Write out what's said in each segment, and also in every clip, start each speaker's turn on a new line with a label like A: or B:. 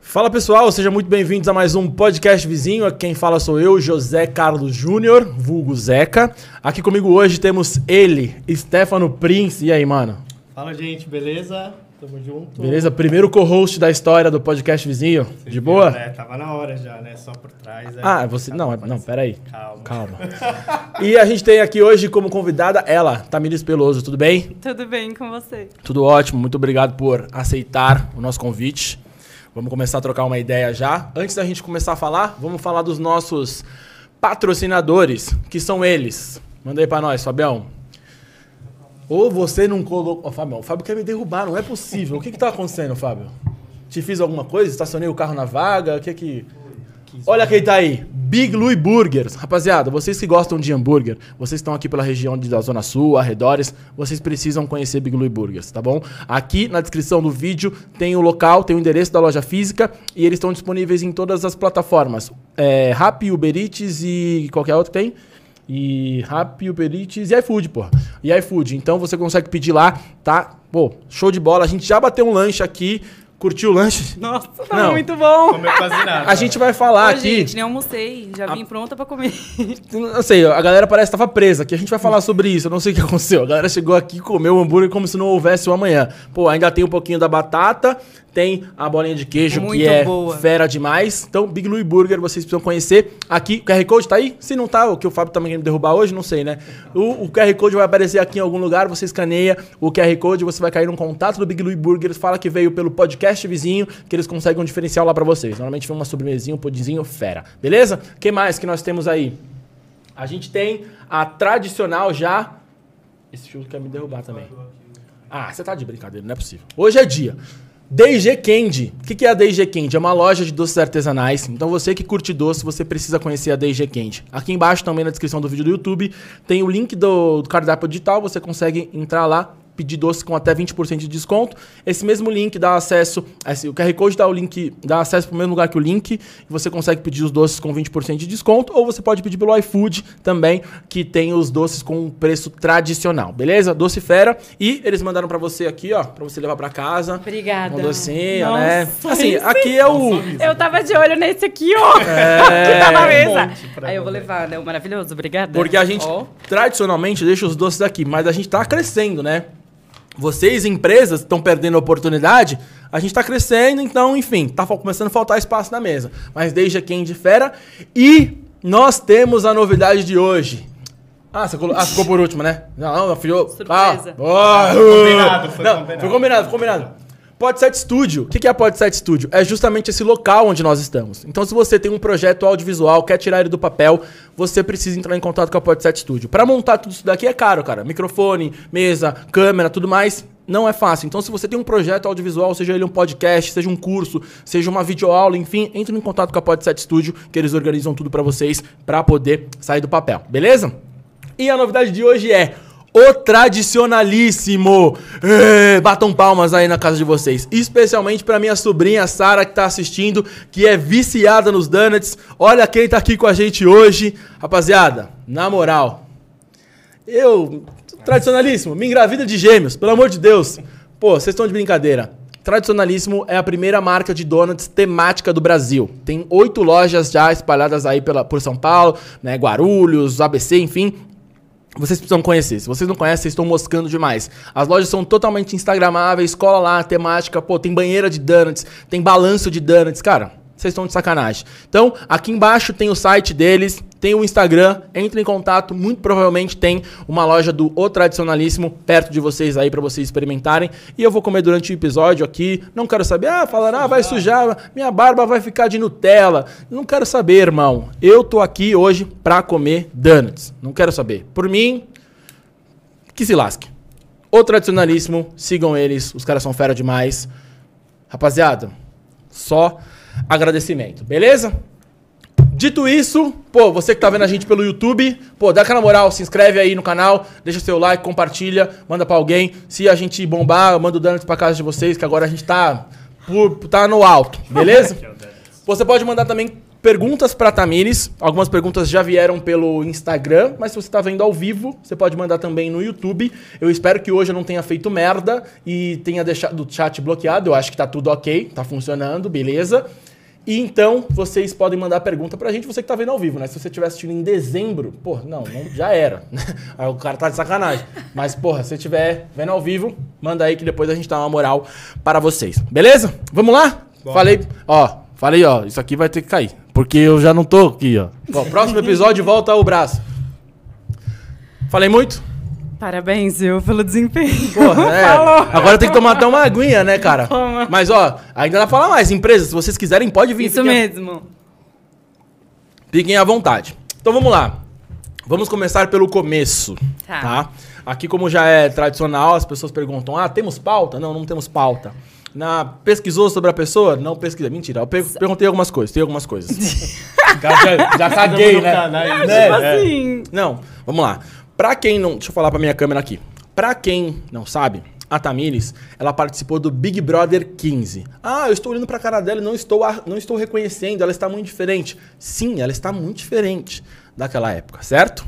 A: Fala pessoal, sejam muito bem-vindos a mais um podcast vizinho. Aqui Quem fala sou eu, José Carlos Júnior, vulgo Zeca. Aqui comigo hoje temos ele, Stefano Prince. E aí, mano?
B: Fala, gente, beleza? Tamo junto.
A: Beleza? Primeiro co-host da história do podcast vizinho. De boa?
B: É, tava na hora já, né? Só por trás. aí
A: Ah, você.
B: tava
A: Não, é- não,
B: aparecendo.
A: peraí.
B: Calma.
A: Calma. E a gente tem aqui hoje como convidada ela, Tamiris Peloso. Tudo bem?
C: Tudo bem com você?
A: Tudo ótimo, muito obrigado por aceitar o nosso convite. Vamos começar a trocar uma ideia já. Antes da gente começar a falar, vamos falar dos nossos patrocinadores, que são eles. Manda aí pra nós, Fabião. Ou você não colocou. Ó, Fabião, o Fábio quer me derrubar, não é possível. O que que tá acontecendo, Fábio? Te fiz alguma coisa? Estacionei o carro na vaga? O que que. Olha quem tá aí. Big Louie Burgers. Rapaziada, vocês que gostam de hambúrguer, vocês que estão aqui pela região de- da Zona Sul, arredores, vocês precisam conhecer Big Louie Burgers, tá bom? Aqui na descrição do vídeo tem o local, tem o endereço da loja física e eles estão disponíveis em todas as plataformas. É, Rappi, Uber Eats e qualquer outro que tem. E Rappi, Uber Eats e iFood, porra. E iFood. Então você consegue pedir lá, tá? Pô, show de bola. A gente já bateu um lanche aqui. Curtiu o lanche?
C: Nossa, tá
A: Não.
C: muito bom!
B: Comeu quase nada. né?
A: A gente vai falar
C: Ô,
A: aqui.
C: gente, nem almocei, já vim pronta pra comer.
A: Não sei, a galera parece que tava presa aqui. A gente vai falar sobre isso. Eu não sei o que aconteceu. A galera chegou aqui, comeu o hambúrguer como se não houvesse o amanhã. Pô, ainda tem um pouquinho da batata, tem a bolinha de queijo que
C: Muito
A: é
C: boa.
A: fera demais. Então, Big Louie Burger, vocês precisam conhecer. Aqui, o QR Code tá aí? Se não tá, o que o Fábio também quer me derrubar hoje, não sei, né? O, o QR Code vai aparecer aqui em algum lugar, você escaneia o QR Code, você vai cair num contato do Big Louie Burger, fala que veio pelo podcast vizinho, que eles conseguem um diferencial lá pra vocês. Normalmente vem uma sobremesinha, um pudinzinho fera. Beleza? O que mais que nós temos aí? A gente tem a tradicional já. Esse fio quer me derrubar também. Ah, você tá de brincadeira, não é possível. Hoje é dia. DG Candy. O que que é a DG Candy? É uma loja de doces artesanais. Então você que curte doce, você precisa conhecer a DG Candy. Aqui embaixo também na descrição do vídeo do YouTube tem o link do, do cardápio digital. Você consegue entrar lá, pedir doce com até 20% de desconto. Esse mesmo link dá acesso. esse- o QR Code dá o link, dá acesso pro mesmo lugar que o link. E você consegue pedir os doces com 20% de desconto. Ou você pode pedir pelo iFood também, que tem os doces com um preço tradicional, beleza? Doce fera. E eles mandaram pra você aqui, ó, pra você levar pra casa.
C: Obrigada.
A: Um docinho,
C: Nossa, um
A: né? Assim,
C: esse-
A: aqui é o.
C: Eu tava de olho nesse aqui, ó!
A: É.
C: que tá na
B: um
C: mesa!
B: monte pra
C: Aí eu vou
B: comer.
C: levar, né? O maravilhoso, obrigada.
A: Porque a gente
C: Ó,
A: tradicionalmente deixa os doces aqui, mas a gente tá crescendo, né? Vocês, empresas, estão perdendo a oportunidade. A gente tá crescendo, então, enfim, tá fal- começando a faltar espaço na mesa. Mas desde quem de fera. E nós temos a novidade de hoje. Ah, você colo... ah, ficou por último, né? Não, não, filho.
C: Surpresa.
A: Ah, ah,
B: combinado, foi
A: não,
B: combinado.
A: Foi combinado, foi combinado. Podset Studio. O que que é a Podset Studio? É justamente esse local onde nós estamos. Então, se você tem um projeto audiovisual, quer tirar ele do papel, você precisa entrar em contato com a Podset Studio. Para montar tudo isso daqui é caro, cara. Microfone, mesa, câmera, tudo mais. Não é fácil. Então, se você tem um projeto audiovisual, seja ele um podcast, seja um curso, seja uma videoaula, enfim, entre em contato com a Podset Studio, que eles organizam tudo para vocês, para poder sair do papel. Beleza? E a novidade de hoje é o tradicionalíssimo. É, batam palmas aí na casa de vocês. Especialmente pra minha sobrinha Sara que tá assistindo, que é viciada nos donuts. Olha quem tá aqui com a gente hoje. Rapaziada, na moral, eu tradicionalíssimo, me engravida de gêmeos, pelo amor de Deus. Pô, vocês estão de brincadeira. Tradicionalíssimo é a primeira marca de donuts temática do Brasil. Tem oito lojas já espalhadas aí pela, por São Paulo, né? Guarulhos, ABC, enfim. Vocês precisam conhecer. Se vocês não conhecem, vocês estão moscando demais. As lojas são totalmente instagramáveis, cola lá, a temática, pô, tem banheira de donuts, tem balanço de donuts, cara. Vocês estão de sacanagem. Então, aqui embaixo tem o site deles, tem o Instagram, entre em contato, muito provavelmente tem uma loja do O Tradicionalíssimo perto de vocês aí pra vocês experimentarem. E eu vou comer durante o episódio aqui, não quero saber, ah, falaram, ah, vai sujar, minha barba vai ficar de Nutella. Não quero saber, irmão. Eu tô aqui hoje pra comer donuts. Não quero saber. Por mim, que se lasque. O tradicionalíssimo, sigam eles, os caras são fera demais. Rapaziada, só agradecimento, beleza? Dito isso, pô, você que tá vendo a gente pelo YouTube, pô, dá aquela moral, se inscreve aí no canal, deixa seu like, compartilha, manda pra alguém. Se a gente bombar, manda o Donuts pra casa de vocês, que agora a gente tá, por- tá no alto, beleza? Você pode mandar também perguntas para Tamires. Algumas perguntas já vieram pelo Instagram, mas se você tá vendo ao vivo, você pode mandar também no YouTube. Eu espero que hoje eu não tenha feito merda e tenha deixado o chat bloqueado. Eu acho que tá tudo ok, tá funcionando, beleza. E então, vocês podem mandar pergunta pra gente, você que tá vendo ao vivo, né? Se você estiver assistindo em dezembro, porra, não, não- já era. Aí o cara tá de sacanagem. Mas, porra, se você estiver vendo ao vivo, manda aí que depois a gente dá uma moral para vocês. Beleza? Vamos lá?
B: Bora.
A: Falei, ó, falei, ó, isso aqui vai ter que cair. Porque eu já não tô aqui, ó. Bom, próximo episódio, volta o braço. Falei muito?
D: Parabéns, eu, pelo desempenho.
A: Porra, é.
D: Falou.
A: Agora tem que tomar até uma aguinha, né, cara?
D: Toma.
A: Mas, ó, ainda dá pra falar mais. Empresas, se vocês quiserem, pode vir.
D: Isso
A: fiquem à
D: mesmo.
A: Fiquem à vontade. Então vamos lá. Vamos começar pelo começo, tá.
D: Tá.
A: Aqui, como já é tradicional, as pessoas perguntam: ah, temos pauta? Não, não temos pauta. Na, pesquisou sobre a pessoa? Não pesquisei. Mentira, eu per- perguntei algumas coisas, tem algumas coisas. já, já- já caguei,
B: Estamos no
A: né?
B: canal,
D: Tipo
B: né?
D: assim.
A: Não, vamos lá. Pra quem não. Deixa eu falar pra minha câmera aqui. Pra quem não sabe, a Tamires, ela participou do Big Brother 15. Ah, eu estou olhando pra cara dela e não estou, a- não estou reconhecendo, ela está muito diferente. Sim, ela está muito diferente daquela época, certo?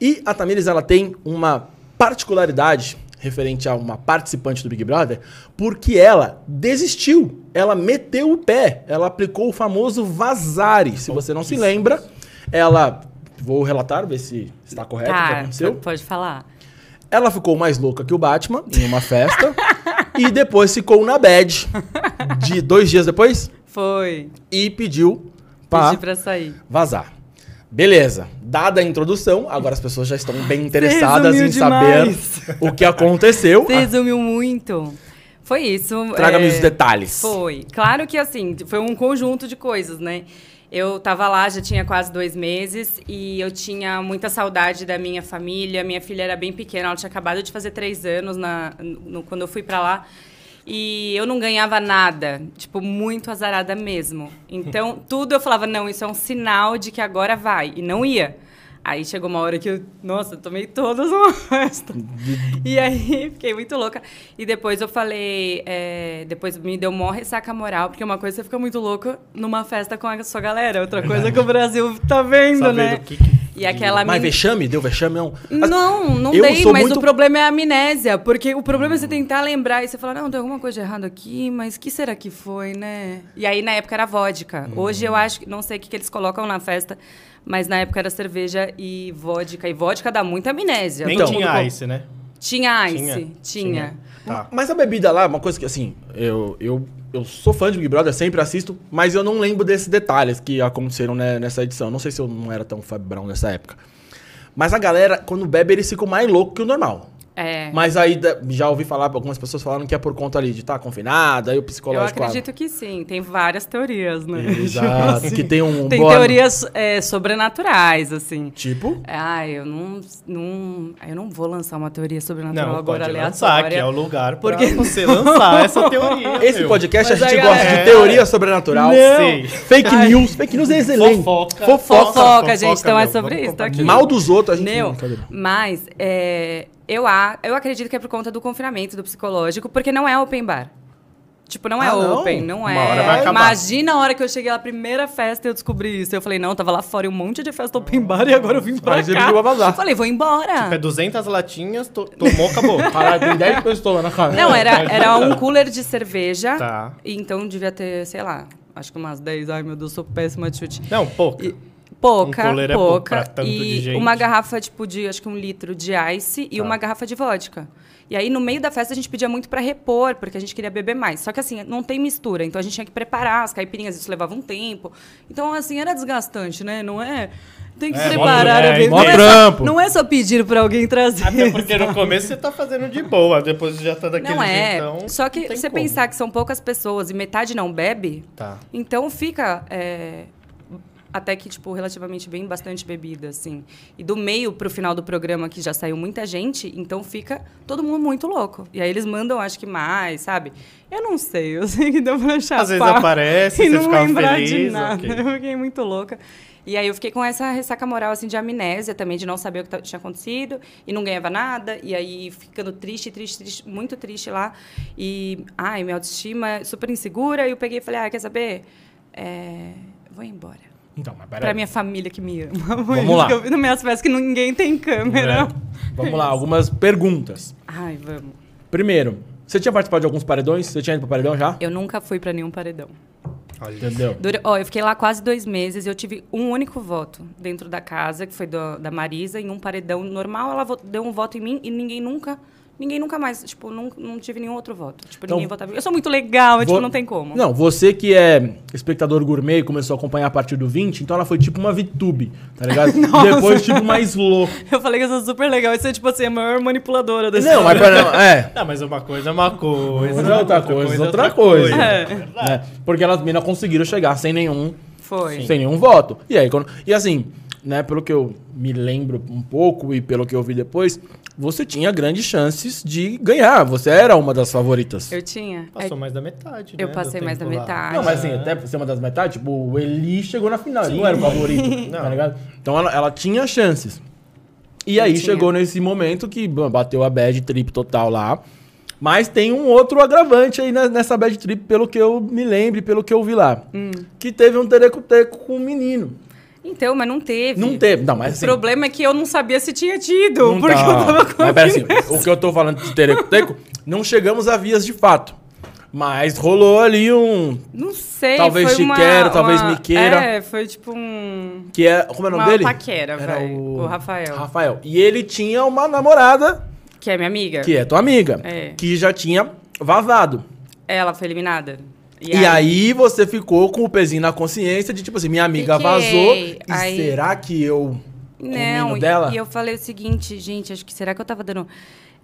A: E a Tamires, ela tem uma particularidade referente a uma participante do Big Brother, porque ela desistiu, ela meteu o pé, ela aplicou o famoso vazare. Se você não se lembra, ela vou relatar, ver se está correto o que
D: Tá,
A: aconteceu.
D: pode falar.
A: Ela ficou mais louca que o Batman em uma festa e depois ficou na bad de dois dias depois
D: Foi.
A: e pediu para
D: Pedi pra sair.
A: vazar. Beleza. Dada a introdução, agora as pessoas já estão bem interessadas em
D: Resumiu
A: saber
D: demais.
A: o que aconteceu. Ah,
D: Você resumiu muito. Foi isso.
A: Traga-me
D: é,
A: os detalhes.
D: Foi. Claro que, assim, foi um conjunto de coisas, né? Eu tava lá, já tinha quase dois meses, e eu tinha muita saudade da minha família. Minha filha era bem pequena, ela tinha acabado de fazer três anos na, no- quando eu fui pra lá. E eu não ganhava nada, tipo, muito azarada mesmo. Então, tudo eu falava, não, isso é um sinal de que agora vai. E não ia. Aí chegou uma hora que eu, nossa, eu tomei todas uma festa. E aí fiquei muito louca. E depois eu falei, é, depois me deu mó ressaca moral, porque uma coisa é você fica muito louco numa festa com a sua galera, outra coisa é que o Brasil tá vendo,
B: Sabendo
D: né?
B: o que que-
D: E aquela
A: Mas
D: meni-
A: vexame? Deu vexame? Não, As-
D: não, não
A: eu
D: dei,
A: sou
D: mas
A: muito-
D: o problema é a amnésia. Porque o problema é você tentar lembrar e você falar, não, tem alguma coisa errada aqui, mas que será que foi, né? E aí, na época, era vodka.
B: Uhum.
D: Hoje eu acho que, não sei o que, que eles colocam na festa, mas na época era cerveja e vodka. E vodka dá muita amnésia. Então,
B: Nem
A: Então.
B: tinha ice, né?
D: Tinha ice,
B: Tinha.
D: tinha. Ah,
B: Tá.
A: Mas a bebida lá, é uma coisa que assim, eu, eu, eu sou fã de Big Brother, sempre assisto, mas eu não lembro desses detalhes que aconteceram né, nessa edição. Não sei se eu não era tão Fábio Brown nessa época. Mas a galera, quando bebe, eles ficam mais loucos que o normal.
D: É.
A: Mas aí da- já ouvi falar, algumas pessoas falaram que é por conta ali de estar confinada, aí o
D: Eu
A: psicológico.
D: acredito que sim. Tem várias teorias, né?
A: Exato, que tem um
D: Tem
A: bônus.
D: teorias é, sobrenaturais, assim.
A: Tipo?
D: Ah, eu não, não. ah, Eu não vou lançar uma teoria sobrenatural
B: Não,
D: então agora
B: pode lançar,
D: aleatória.
B: que é o lugar pra
D: Porque-
B: você lançar essa teoria.
A: Esse
B: meu.
A: podcast
D: Mas
A: a
D: a
A: gente gosta
D: galera-
A: de teoria sobrenatural.
B: Não. Sim.
A: Fake news. Fake news é excelente.
B: Fofoca.
A: Fofoca.
D: Fofoca, gente, então é
B: meu.
D: sobre
B: Vamos
D: isso, tá
B: compartilhar.
D: aqui.
A: Mal dos outros, a gente.
D: Meu,
A: Brincadeira.
D: mas é, eu, a, eu acredito que é por conta do confinamento, do psicológico, porque não é open bar. Tipo, não é
A: Ah, não?
D: open, não
B: Uma
D: é.
B: hora vai acabar.
D: Imagina a hora que eu cheguei na primeira festa e eu descobri isso. Eu falei, não, tava lá fora e um monte de festa open bar e agora eu vim pra
A: Aí você
D: cá.
A: pediu pra vazar.
D: Falei, vou embora.
B: É 200 latinhas, to- tomou, acabou.
D: Tá.
A: Caralho, tem 10 pessoas lá na cara.
D: Não, era, era um cooler de cerveja.
B: Tá.
D: E então devia ter, sei lá, acho que umas 10. Ai, meu Deus, sou péssima de chute.
B: Não, pouca.
D: E- pouca,
B: Um cooler é pouco
D: pouca.
B: pra tanto
D: e
B: de gente.
D: uma garrafa, tipo, de acho que um litro de ice e
B: Tá.
D: uma garrafa de vodka. E aí, no meio da festa, a gente pedia muito pra repor, porque a gente queria beber mais. Só que, assim, não tem mistura. Então, a gente tinha que preparar as caipirinhas. Isso levava um tempo. Então, assim, era desgastante, né? Não é... Tem que
B: É, mó-
D: preparar
B: é,
D: a bebida.
B: mó
D: Não é só-
A: trampo.
D: Não é só pedir pra alguém trazer.
B: Até porque no começo você tá fazendo de boa, depois já tá daquele
D: Não é.
B: jeitão,
D: Só que
B: não tem
D: você
B: como.
D: pensar que são poucas pessoas e metade não bebe,
B: Tá.
D: então fica é, até que, tipo, relativamente bem bastante bebida, assim. E do meio pro final do programa, que já saiu muita gente, então fica todo mundo muito louco. E aí eles mandam, acho que mais, sabe? Eu não sei, eu sei que deu pra chapar.
B: Às vezes é aparece,
D: e
B: você
D: não
B: ficava
D: lembrar
B: feliz.
D: de nada.
B: ok.
D: Eu fiquei muito louca. E aí eu fiquei com essa ressaca moral, assim, de amnésia também, de não saber o que ta- tinha acontecido e não ganhava nada. E aí ficando triste, triste, triste, muito triste lá. E, ai, minha autoestima é super insegura. E eu peguei e falei, ah, quer saber? É, vou embora.
A: Então, mas peraí.
D: Pra minha família que me ama. muito,
A: Vamos lá.
D: que Eu vi nas minhas festas que ninguém tem câmera.
B: Né?
A: É. Vamos lá, algumas perguntas.
D: Ai, vamos.
A: Primeiro, você tinha participado de alguns paredões? Você tinha ido para paredão já?
D: Eu nunca fui pra nenhum paredão.
A: Entendeu?
D: Dura- ó, eu fiquei lá quase dois meses e eu tive um único voto dentro da casa, que foi do- da Marisa, em um paredão normal. Ela vo- deu um voto em mim e ninguém nunca. Ninguém nunca mais, tipo, não, não tive nenhum outro voto. Tipo,
A: Então,
D: ninguém votava. em mim. Eu sou muito legal, mas,
A: Vo-
D: tipo, não tem como.
A: Não, você que é espectador gourmet e começou a acompanhar a partir do 20, então ela foi tipo uma VTube, tá ligado? E Depois tipo mais louco.
D: Eu falei que eu sou super legal. Isso é, tipo assim, a maior manipuladora desse
A: Não, mas pra- não, é.
B: Não, mas uma coisa é uma coisa.
A: Coisa é outra coisa, outra coisa.
D: É.
A: né? Porque elas minas conseguiram chegar sem nenhum,
D: Foi.
A: sem nenhum voto. E aí, quando- e assim, né, pelo que eu me lembro um pouco e pelo que eu vi depois, você tinha grandes chances de ganhar. Você era uma das favoritas.
D: Eu tinha.
B: Passou
D: Aí-
B: mais da metade,
D: É Eu
B: né,
D: passei
B: do
D: mais
B: tempo
D: da
B: lá.
D: metade.
A: Não, mas assim, até por ser uma das metades, tipo, o Eli chegou na final, ele não era o favorito, tá ligado? Então ela, ela tinha chances. E aí
D: tinha.
A: chegou nesse momento que bom, bateu a bad trip total lá. Mas tem um outro agravante aí ne- nessa bad trip, pelo que eu me lembro e pelo que eu vi lá.
D: Hum.
A: Que teve um tereco-teco com um menino.
D: Então, mas não teve.
A: Não teve, não, mas
D: O
A: assim...
D: problema é que eu não sabia se tinha tido,
A: não
D: porque
A: tá-
D: eu tava com
A: Mas pera assim, o que eu tô falando de tereco-teco, não chegamos a vias de fato. Mas rolou ali um...
D: Não sei,
A: Talvez
D: foi uma,
A: te quero, talvez
D: uma-
A: me queira.
D: É, foi tipo um...
A: Que é... Como é o nome
D: uma
A: dele?
D: paquera,
A: Era
D: velho.
A: o-
D: Tá, O... Rafael,
A: Rafael. E ele tinha uma namorada,
D: que é minha amiga.
A: que é tua amiga,
D: É.
A: que já tinha vazado.
D: Ela foi eliminada.
A: E, aí? você ficou com o pezinho na consciência de tipo assim, minha amiga
D: Fiquei.
A: vazou. E
D: Aí-
A: será que eu
D: Não,
A: combino
D: e,
A: dela?
D: e eu falei o seguinte, gente, acho que será que eu tava dando,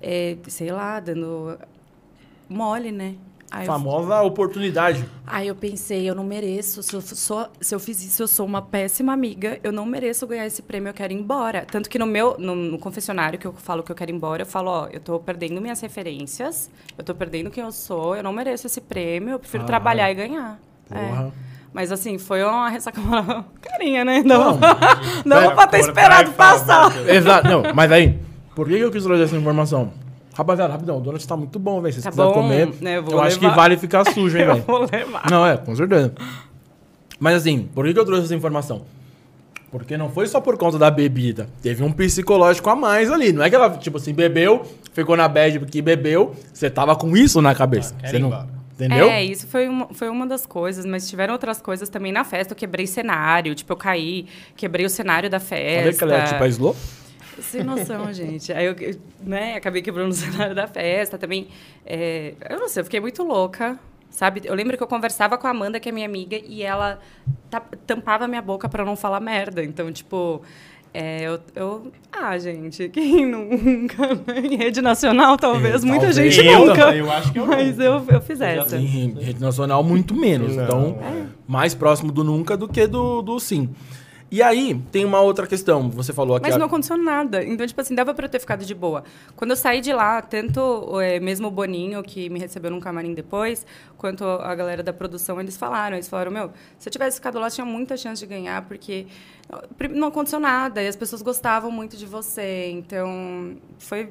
D: é, sei lá, dando mole, né? Aí eu,
A: Famosa oportunidade.
D: aí eu pensei, eu não mereço, se eu, f- sou- se eu fiz isso, eu sou uma péssima amiga, eu não mereço ganhar esse prêmio, eu quero ir embora. Tanto que no meu, no, no confessionário que eu falo que eu quero ir embora, eu falo, ó, eu tô perdendo minhas referências, eu tô perdendo quem eu sou, eu não mereço esse prêmio, eu prefiro
A: Caralho.
D: trabalhar e ganhar. É.
A: Porra.
D: Mas assim, foi uma ressaca moral. Carinha, né? Não,
A: Não.
D: não pra ter
B: Agora
D: esperado
B: vai falar,
D: passar.
B: Matheus.
A: Exato. Não, mas aí, por que que eu quis trazer essa informação? Rapaziada, rapidão, o donut tá muito bom, velho. Se vocês
D: Tá
A: quiserem
D: bom,
A: comer,
D: né,
A: eu
D: eu vou
A: acho que
D: levar.
A: vale ficar sujo, hein,
D: Eu
A: velho.
D: vou levar.
A: Não, é, com certeza. Mas assim, por que que eu trouxe essa informação? Porque não foi só por conta da bebida. Teve um psicológico a mais ali. Não é que ela, tipo assim, bebeu, ficou na bad porque bebeu. Você tava com isso na cabeça.
B: Ah, quero
A: Você
B: ir
A: não.
B: embora.
A: Entendeu?
D: É, isso foi uma, foi uma das coisas, mas tiveram outras coisas também na festa. Eu quebrei cenário, tipo, eu caí, quebrei o cenário da
A: Olha que
D: festa.
A: ela é tipo a slow.
D: Sem noção, gente. Aí eu, eu, né, acabei quebrando o cenário da festa também. É, eu não sei, eu fiquei muito louca, sabe? Eu lembro que eu conversava com a Amanda, que é minha amiga, e ela ta- tampava minha boca pra não falar merda. Então, tipo, é, eu, eu- Ah, gente, quem nunca? né? Em rede nacional, talvez.
A: É,
D: Muita
A: talvez.
D: gente
B: Eu
D: nunca.
B: também, eu acho que eu
D: Mas
B: nunca.
D: eu, eu fiz
B: já
D: essa.
A: Em rede nacional, muito menos.
B: Não, é.
A: então, mais próximo do nunca do que do, do sim. E aí, tem uma outra questão. Você falou aqui.
D: Mas
A: a-
D: não aconteceu nada. Então, tipo assim, dava pra eu ter ficado de boa. Quando eu saí de lá, tanto eh, mesmo o Boninho, que me recebeu num camarim depois, quanto a galera da produção, eles falaram. Eles falaram, meu, se eu tivesse ficado lá, eu tinha muita chance de ganhar, porque eh, pri- não aconteceu nada. E as pessoas gostavam muito de você. Então, foi...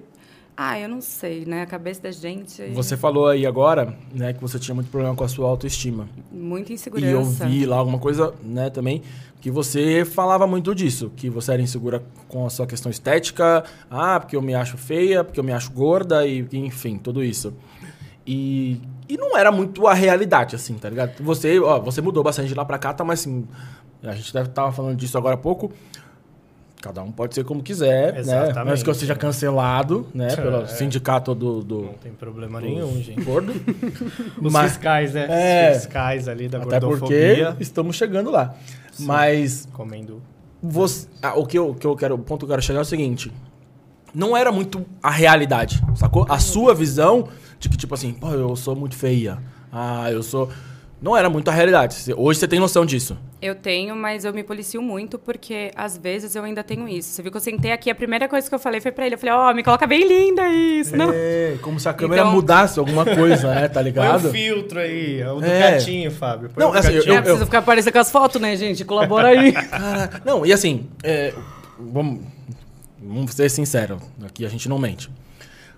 D: Ah, eu não sei, né? A cabeça da gente...
A: Você falou aí agora, né, que você tinha muito problema com a sua autoestima.
D: Muita insegurança.
A: E eu vi lá alguma coisa, né, também, que você falava muito disso, que você era insegura com a sua questão estética, ah, porque eu me acho feia, porque eu me acho gorda, e enfim, tudo isso. E, e não era muito a realidade, assim, tá ligado? Você, ó, você mudou bastante de lá pra cá, tá, mas assim, a gente deve tava falando disso agora há pouco. Cada um pode ser como quiser, né?
B: Exatamente.
A: Mas que eu seja cancelado, né?
B: É.
A: Pelo sindicato do, do,
B: Não tem problema
A: do
B: nenhum, gente.
A: gordo.
B: Os
A: Mas-
B: fiscais, né?
A: É.
B: Os fiscais ali da
A: Até porque
B: gordofobia.
A: estamos chegando lá. Mas
B: Comendo.
A: você, ah, o que eu, o que eu quero, o ponto que eu quero chegar é o seguinte. Não era muito a realidade, sacou? A sua visão de que, tipo assim, pô, eu sou muito feia. Ah, eu sou. Não era muito a realidade. Cê- Hoje você tem noção disso.
D: Eu tenho, mas eu me policio muito, porque às vezes eu ainda tenho isso. Você viu que eu sentei aqui, a primeira coisa que eu falei foi pra ele. Eu falei, ó, me coloca bem linda isso. Não.
A: É, como se a câmera
D: Então-
A: mudasse alguma coisa, né? Tá
B: Põe um
A: ligado?
B: filtro aí, é o do
A: É.
B: gatinho, Fábio. Põe
A: Não,
B: o do
A: assim, eu-
B: gatinho.
A: eu-
D: É, precisa ficar parecendo com as fotos, né, gente? Colabora aí.
A: Cara, não, e assim, é, vamos, vamos ser sinceros. Aqui a gente não mente.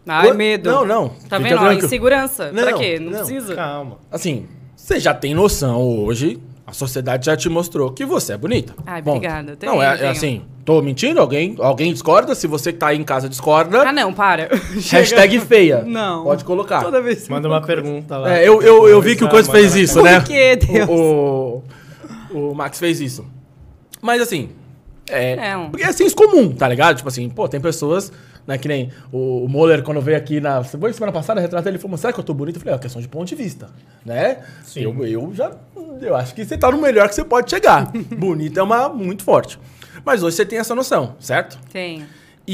D: Ai,
A: Quan-
D: medo.
A: Não, não.
D: Tá
A: fica
D: vendo? Ó,
A: tranquilo.
D: insegurança.
A: Não,
D: pra quê? Não,
A: não.
D: precisa.
B: Calma.
A: Assim, você já tem noção hoje A sociedade já te mostrou que você é bonita.
D: Ai,
A: Ponto.
D: Ah, obrigada. Tenho,
A: não, é, é
D: tenho.
A: assim, tô mentindo? Alguém, alguém discorda? Se você que tá aí em casa discorda,
D: Ah, não, para. Chega.
A: hashtag feia.
D: Não.
A: Pode colocar.
D: Toda vez.
B: Manda uma pergunta lá.
A: É, eu, eu, eu vi que o Coisa
B: Manda
A: fez
B: na
A: isso,
D: Por
A: né?
D: que, Deus?
A: O, o, o Max fez isso. Mas assim, é,
D: Não.
A: porque é senso comum, tá ligado? Tipo assim, pô, tem pessoas, né, que nem o, o Moller, quando veio aqui na foi semana passada, retratar ele falou, mas será que eu tô bonito? Eu falei, é uma questão de ponto de vista, né?
B: Sim.
A: Eu, eu já, eu acho que você tá no melhor que você pode chegar. bonito é uma muito forte. Mas hoje você tem essa noção, certo?
D: Tenho.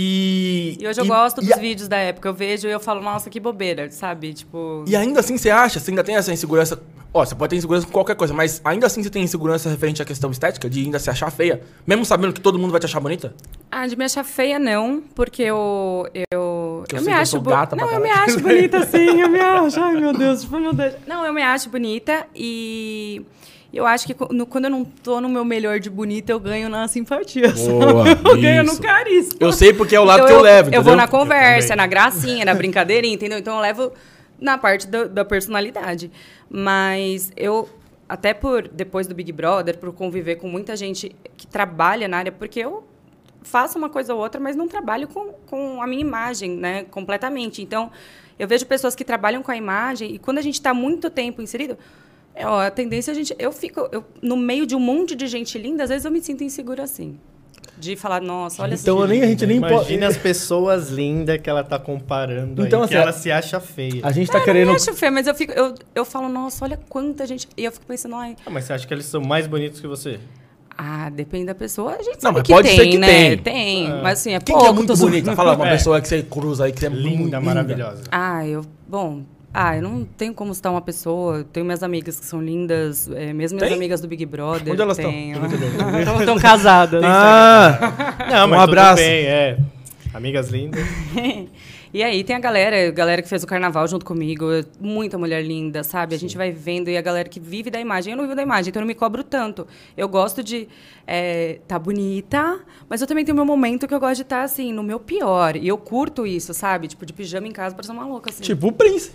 A: E...
D: E hoje eu
A: e-
D: gosto
A: e
D: dos
A: a-
D: vídeos da época. Eu vejo e eu falo, nossa, que bobeira, sabe? Tipo.
A: E ainda assim você acha, você ainda tem essa insegurança. Ó, você pode ter insegurança com qualquer coisa, mas ainda assim você tem insegurança referente à questão estética, de ainda se achar feia, mesmo sabendo que todo mundo vai te achar bonita?
D: Ah, de me achar feia, não, porque eu. Eu,
A: Que eu sei
D: eu me
A: que eu
D: acho
A: sou
D: bo-
A: gata pra
D: Não, eu me
A: caralho.
D: acho bonita, sim, eu me acho. Ai, meu Deus, tipo, meu Deus. Não, eu me acho bonita e. Eu acho que co- no- quando eu não tô no meu melhor de bonita, eu ganho na simpatia.
A: Boa,
D: sabe? Eu ganho
A: isso.
D: no carisma.
A: Eu sei porque é o lado
D: Então
A: que eu, levo,
D: Eu
A: entendeu?
D: vou na conversa,
B: também.
D: na gracinha, na brincadeirinha, entendeu? Então eu levo na parte do- da personalidade. Mas eu, até por depois do Big Brother, por conviver com muita gente que trabalha na área, porque eu faço uma coisa ou outra, mas não trabalho com, com a minha imagem, né? Completamente. Então, eu vejo pessoas que trabalham com a imagem e quando a gente está muito tempo inserido. é, ó, a tendência é a gente. Eu fico. eu- no meio de um monte de gente linda, às vezes eu me sinto insegura assim. De falar, nossa, olha
A: Então
D: essa
A: eu nem, a gente nem pode.
B: Imagina as pessoas lindas que ela tá comparando
A: Então,
B: aí,
A: assim,
B: que ela se acha feia.
A: A gente tá
D: Eu
A: querendo.
D: É, não acho feio, mas eu, fico, eu, eu falo, nossa, olha quanta gente. E eu fico pensando, ai,
B: Ah, mas você acha que eles são mais bonitos que você?
D: ah, depende da pessoa. A gente
A: Não,
D: sabe
A: mas
D: que
A: pode
D: tem,
A: ser que
D: né?
A: tem.
D: mas assim, é
A: Quem que
D: pouco.
A: é muito
D: tô zoando.
A: bonita? Fala uma
B: É.
A: pessoa que você cruza aí, que você é muito
B: Linda, maravilhosa.
D: Ah, eu. Bom. Ah, eu não tenho como citar uma pessoa. Eu Tenho minhas amigas que são lindas, é, mesmo minhas
A: Tem?
D: amigas do Big Brother.
A: Onde elas estão?
D: tenho. Estão estão casadas.
A: Ah!
B: Não, mas
A: Um abraço.
B: tudo bem, é. Amigas lindas.
D: E aí tem a galera, a galera que fez o carnaval junto comigo, muita mulher linda, sabe? A gente vai vendo e a galera que vive da imagem. Eu não vivo da imagem, então eu não me cobro tanto. Eu gosto de é, tá bonita, mas eu também tenho meu momento que eu gosto de estar assim, no meu pior. E eu curto isso, sabe? Tipo, de pijama em casa parecendo uma louca, assim.
A: tipo o Prince.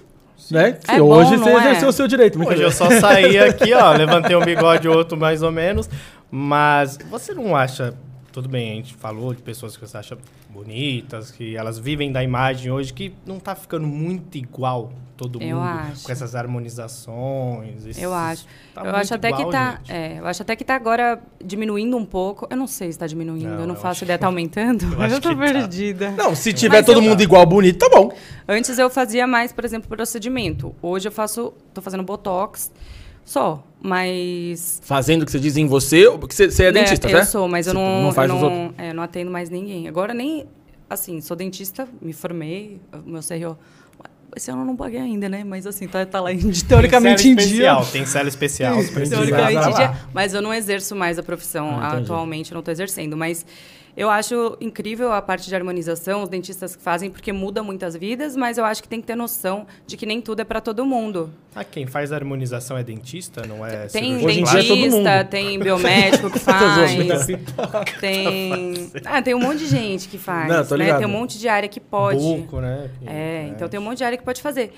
A: Né? Que
D: É
A: hoje
D: bom,
A: você
D: não é?
A: exerceu o seu direito,
B: Hoje eu
A: brincadeira.
B: só saí aqui, ó, levantei um bigode outro mais ou menos, mas você não acha, tudo bem, a gente falou de pessoas que você acha bonitas, que elas vivem da imagem hoje, que não tá ficando muito igual todo
D: Eu
B: mundo
D: acho.
B: com essas harmonizações. esses-
D: Eu acho.
B: tá
D: eu
B: muito
D: acho até
B: igual,
D: que tá.
B: gente.
D: É, eu acho até que tá agora diminuindo um pouco. Eu não sei se tá diminuindo,
B: Não,
D: eu não
B: eu
D: faço
B: acho
D: ideia, tá aumentando?
B: eu acho
D: tô
B: que tá.
D: perdida.
A: Não, se tiver
D: Mas
A: todo
D: eu-
A: mundo igual bonito, tá bom.
D: Antes eu fazia mais, por exemplo, procedimento. Hoje eu faço, tô fazendo botox só, mas
A: Fazendo o que você diz em você, porque você, você é
D: né,
A: dentista,
D: eu
A: né?
D: sou, mas eu
A: Você
D: não,
A: faz
D: eu
A: os outros.
D: não, é, eu não atendo mais ninguém. Agora nem assim, sou dentista, me formei, o meu CRO esse ano eu não paguei ainda, né? Mas assim, tá, tá lá em- teoricamente
B: Tem
D: em
B: cela
D: dia.
B: especial, Tem cela especial, os preços
D: Teoricamente,
B: lá.
D: já- mas eu não exerço mais a profissão.
A: Ah, entendi.
D: Atualmente, eu não estou exercendo. Mas eu acho incrível a parte de harmonização, os dentistas que fazem, porque muda muitas vidas, mas eu acho que tem que ter noção de que nem tudo é para todo mundo.
B: Ah, quem faz harmonização é dentista, não é
D: Tem
B: cirurgião
A: Hoje em dia é
D: dentista,
A: todo
B: plástico?
A: mundo.
D: tem biomédico que
A: Essas
D: faz,
A: outras.
D: tem... Ah, tem um monte de gente que faz,
A: Tá Não, tô
D: né?
A: ligado.
D: Tem um monte de área que pode.
B: Buco, né?
D: É, então tem um monte de área que pode fazer.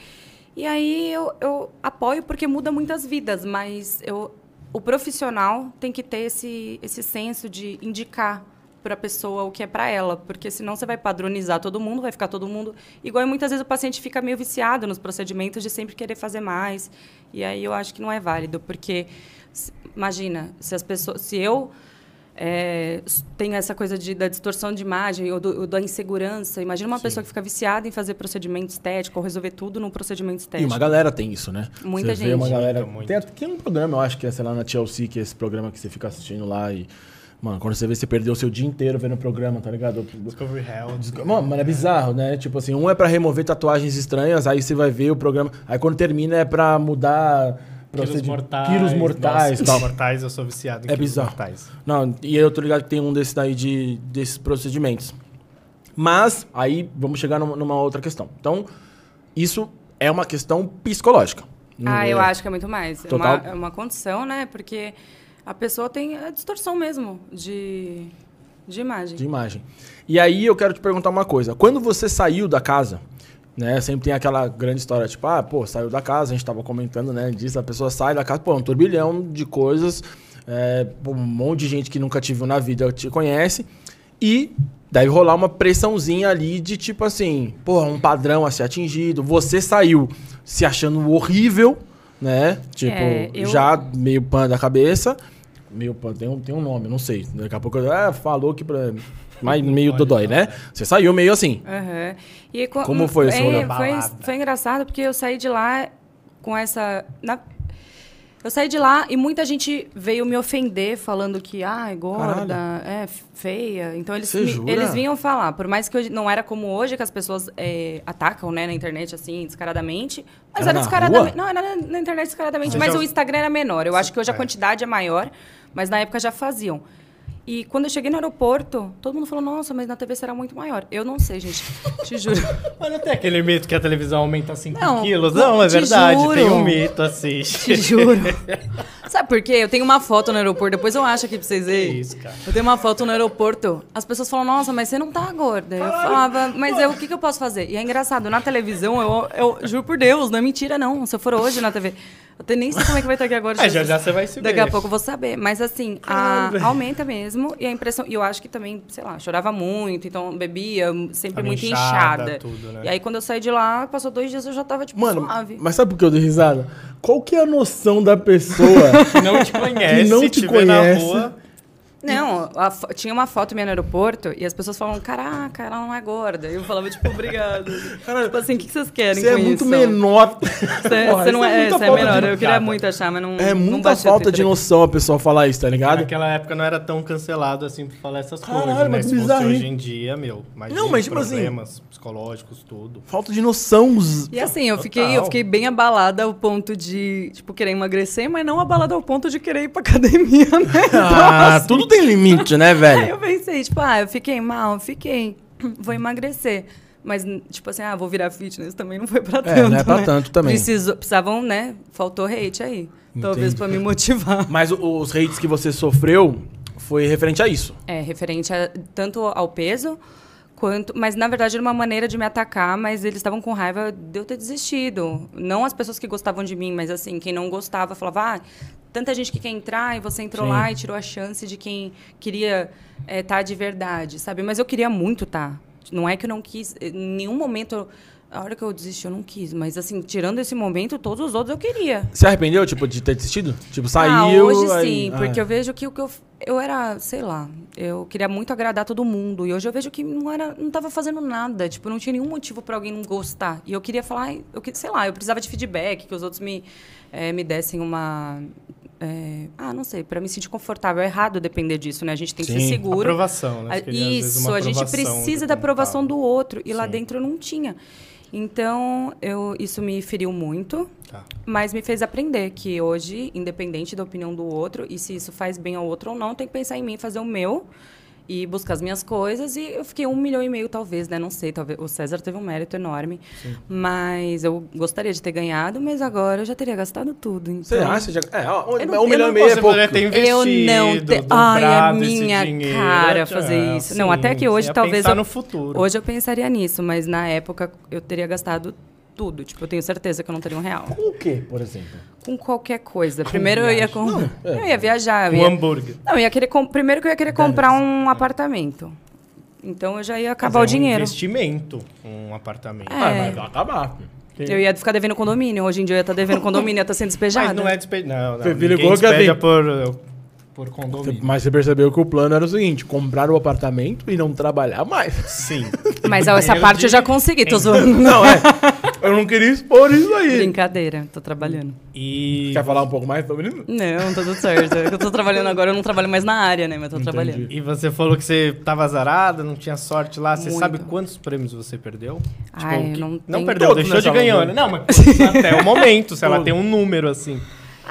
D: E aí eu, eu apoio porque muda muitas vidas, mas eu, o profissional tem que ter esse, esse senso de indicar para a pessoa o que é para ela, porque senão você vai padronizar todo mundo, vai ficar todo mundo igual. E muitas vezes o paciente fica meio viciado nos procedimentos de sempre querer fazer mais. E aí eu acho que não é válido, porque se- imagina se as pessoas, se eu é, s- tem essa coisa de, da distorção de imagem ou, do- ou da insegurança. Imagina uma pessoa que fica viciada em fazer procedimento estético ou resolver tudo num procedimento
A: E
D: estético.
A: uma galera tem isso, né? Vê
D: Muita gente.
A: uma galera...
B: Muito, muito.
A: Tem, até- tem um programa, eu acho que é, sei lá, na TLC, que é esse programa que você fica assistindo lá e... Mano, quando você vê, você perdeu o seu dia inteiro vendo o programa, tá ligado?
B: Discovery Health.
A: Mano, mas é bizarro, né? Tipo assim, um é pra remover tatuagens estranhas, aí você vai ver o programa... Aí quando termina é pra mudar...
B: Quilos
A: procedi-
B: mortais.
A: Quilos mortais,
B: Nossa,
A: tal.
B: quilos mortais, eu sou viciado em
A: É
B: quilos
A: bizarro.
B: mortais.
A: Não, e eu tô ligado que tem um desses daí de, desses procedimentos. Mas, aí vamos chegar numa, numa outra questão. Então, isso é uma questão psicológica. Não
D: Ah,
A: é-
D: eu acho que é muito mais. É uma,
A: Total.
D: é uma condição, né? Porque a pessoa tem a distorção mesmo de, de imagem.
A: De imagem. E aí eu quero te perguntar uma coisa. Quando você saiu da casa, né? Sempre tem aquela grande história, tipo, ah, pô, saiu da casa, a gente tava comentando, né? Disso, a pessoa sai da casa, pô, é um turbilhão de coisas, é, pô, um monte de gente que nunca te viu na vida te conhece, e deve rolar uma pressãozinha ali de tipo assim, pô, um padrão a ser atingido, você saiu se achando horrível, né? Tipo,
D: É, eu-
A: já meio pan da cabeça, meio pan, tem um, tem um nome, não sei, daqui a pouco, eu- ah, falou que pra... Mas meio dodói, né? Você saiu meio assim.
D: Aham. E co-
A: Como foi esse rolê?
D: é, foi,
B: Balada.
D: foi engraçado porque eu saí de lá com essa. na- Eu saí de lá e muita gente veio me ofender falando que, ah, é gorda, é feia. Então eles,
A: Você
D: me-
A: jura?
D: eles vinham falar. Por mais que eu não era como hoje, que as pessoas é, atacam né, na internet, assim, descaradamente. Mas
A: Era
D: era,
A: na
D: descaradamente.
A: rua?
D: Não, era na, na internet descaradamente.
B: Você
D: mas
B: já-
D: o Instagram era menor. Eu acho que hoje a
B: É.
D: quantidade é maior, mas na época já faziam. E quando eu cheguei no aeroporto, todo mundo falou, nossa, mas na TV será muito maior. Eu não sei, gente. Te juro.
B: Mas não tem aquele mito que a televisão aumenta 5
D: Não,
B: quilos? Não, é
D: te
B: verdade.
D: juro.
B: Tem um mito, assim.
D: Te juro. Sabe por quê? Eu tenho uma foto no aeroporto, depois eu acho aqui pra vocês verem.
B: isso, cara.
D: Eu tenho uma foto no aeroporto. As pessoas falam, nossa, mas você não tá gorda. Eu falava, mas eu, o que, que eu posso fazer? E é engraçado, na televisão, eu, eu juro por Deus, não é mentira, não. Se eu for hoje na TV. Eu até nem sei como é que vai estar aqui agora.
B: É, já,
D: Jesus.
B: já você vai se ver.
D: Daqui a pouco eu vou saber. Mas assim, a- aumenta mesmo. E a impressão. E eu acho que também, sei lá, chorava muito, então bebia, sempre
B: Tava
D: muito
B: inchada,
D: inchada.
B: tudo, né?
D: E aí quando eu saí de lá, passou dois dias, eu já tava, tipo,
A: Mano,
D: suave.
A: mas sabe por que eu dei risada? Qual que é a noção da pessoa?
B: Que não te conhece,
A: Que não te
B: te vê na
A: conhece.
B: rua.
D: Não, a fo- tinha uma foto minha no aeroporto e as pessoas falavam, caraca, ela não é gorda. E eu falava, tipo, obrigada. tipo assim, o que que vocês querem
A: você é
D: com
A: muito
D: isso?
A: menor.
D: Você,
A: Porra,
D: você
A: isso
D: não é,
A: muita
D: você é
A: falta
D: menor.
A: de-
D: Eu queria muito achar, mas não
A: É
D: não
A: muita
D: bate o
A: falta de
D: Twitter aqui.
A: noção a pessoa falar isso, tá ligado?
B: Naquela época não era tão cancelado assim pra falar essas
A: Caralho,
B: coisas, né?
A: mas
B: Se fosse
A: bizarro, hein?
B: hoje em dia, meu, imagina
A: Não, mas, tipo assim-
B: problemas psicológicos, tudo.
A: Falta de noção. z-
D: E assim, eu fiquei, eu
B: Total.
D: fiquei bem abalada ao ponto de, tipo, querer emagrecer, mas não abalada ao ponto de querer ir pra academia, né?
A: Ah, tudo tem limite, né,
D: Aí
A: velho?
D: eu pensei, tipo, ah, eu fiquei mal, fiquei, vou emagrecer. Mas, n- tipo assim, ah, vou virar fitness também não foi pra
A: É,
D: tanto.
A: não é pra
D: né?
A: tanto também.
D: Precisou- precisavam, né? Faltou hate aí. Talvez
A: Entendi.
D: pra me motivar.
A: Mas o- os hates que você sofreu foi referente a isso.
D: É, referente a- tanto ao peso quanto. Mas, na verdade, era uma maneira de me atacar, mas eles estavam com raiva de eu ter desistido. Não as pessoas que gostavam de mim, mas assim, quem não gostava falava, ah, tanta gente que quer entrar e você entrou
A: Sim.
D: lá e tirou a chance de quem queria estar de verdade, sabe? Mas eu queria muito estar. Não é que eu não quis. Em nenhum momento. eu- A hora que eu desisti, eu não quis. Mas, assim, tirando esse momento, todos os outros eu queria.
A: Você arrependeu, tipo, de ter desistido? Tipo,
D: Ah,
A: saiu.
D: hoje
A: aí-
D: sim,
A: ah,
D: porque eu vejo que o que eu. f- Eu era, sei lá, eu queria muito agradar todo mundo. E hoje eu vejo que não era, não tava fazendo nada. Tipo, não tinha nenhum motivo pra alguém não gostar. E eu queria falar, ai, eu, que- sei lá, eu precisava de feedback, que os outros me, eh, me dessem uma. eh, ah, não sei, pra me sentir confortável. É errado depender disso, né? A gente tem que
A: Sim.
D: ser seguro.
B: Aprovação, né?
D: Ah,
B: Você queria, às vezes,
D: Isso,
B: uma
D: a gente
B: aprovação de
D: precisa
B: quem
D: da aprovação
B: tá.
D: do outro. E lá
B: Sim.
D: dentro eu não tinha. Então, eu, isso me feriu muito.
B: Tá.
D: Mas me fez aprender que hoje, independente da opinião do outro, e se isso faz bem ao outro ou não, tem que pensar em mim, fazer o meu e buscar as minhas coisas. E eu fiquei um milhão e meio, talvez, né? Não sei, talvez. O César teve um mérito enorme. Mas eu gostaria de ter ganhado, mas agora eu já teria gastado tudo. Então...
A: Você acha? Já... É, ó,
D: Eu
A: um,
D: não-
A: um
D: eu
A: milhão
D: não
A: e meio é
B: Você
A: pouco.
B: poderia ter
D: Eu
B: investido,
D: não te- Ai, é
B: dobrado esse
D: minha
B: dinheiro,
D: cara
B: tchau,
D: fazer isso. Não,
B: sim,
D: até que
B: você
D: hoje
B: ia
D: talvez
B: pensar
D: eu-
B: no
A: é
B: futuro.
D: Hoje eu pensaria nisso, mas na época eu teria gastado tudo. Tipo, eu tenho certeza que eu não teria um real.
A: O quê, por exemplo?
D: Com qualquer coisa. Primeiro eu ia com...
A: é.
D: Eu ia viajar. eu
B: um
D: ia-
B: hambúrguer.
D: Não, eu ia querer com- primeiro que eu ia querer comprar um apartamento. Então eu já ia acabar
B: Mas é
D: o dinheiro.
B: Um investimento, um apartamento.
D: É.
A: Ah, Vai acabar. filho.
D: Eu ia ficar devendo condomínio. Hoje em dia eu ia estar devendo condomínio, ia estar sendo despejada.
B: Mas não é despejo. Não, não.
A: Você
B: Ninguém
A: ligou que
B: despeja
A: assim-
B: por, por condomínio.
A: Mas você percebeu que o plano era o seguinte: comprar o apartamento e não trabalhar mais.
B: Sim.
D: Mas essa
B: Dinheiro
D: parte
B: de-
D: eu já consegui, tô zoando.
A: Não, é. Eu não queria expor isso aí.
D: Brincadeira, tô trabalhando.
B: E
A: Quer falar um pouco mais sobre isso?
D: Não, tá tudo certo. Eu tô trabalhando agora, eu não trabalho mais na área, né? Mas tô trabalhando.
B: E você falou que você tava azarada, não tinha sorte lá. Você
D: Muito.
B: sabe quantos prêmios você perdeu? Tipo,
D: Ai,
B: que-
D: não
B: Não
D: tem-
B: perdeu,
A: Todos
B: deixou de
A: nessa
B: ganhar.
A: altura.
B: né? Não, mas quantos até o momento, se ela
A: Todos.
B: tem um número assim.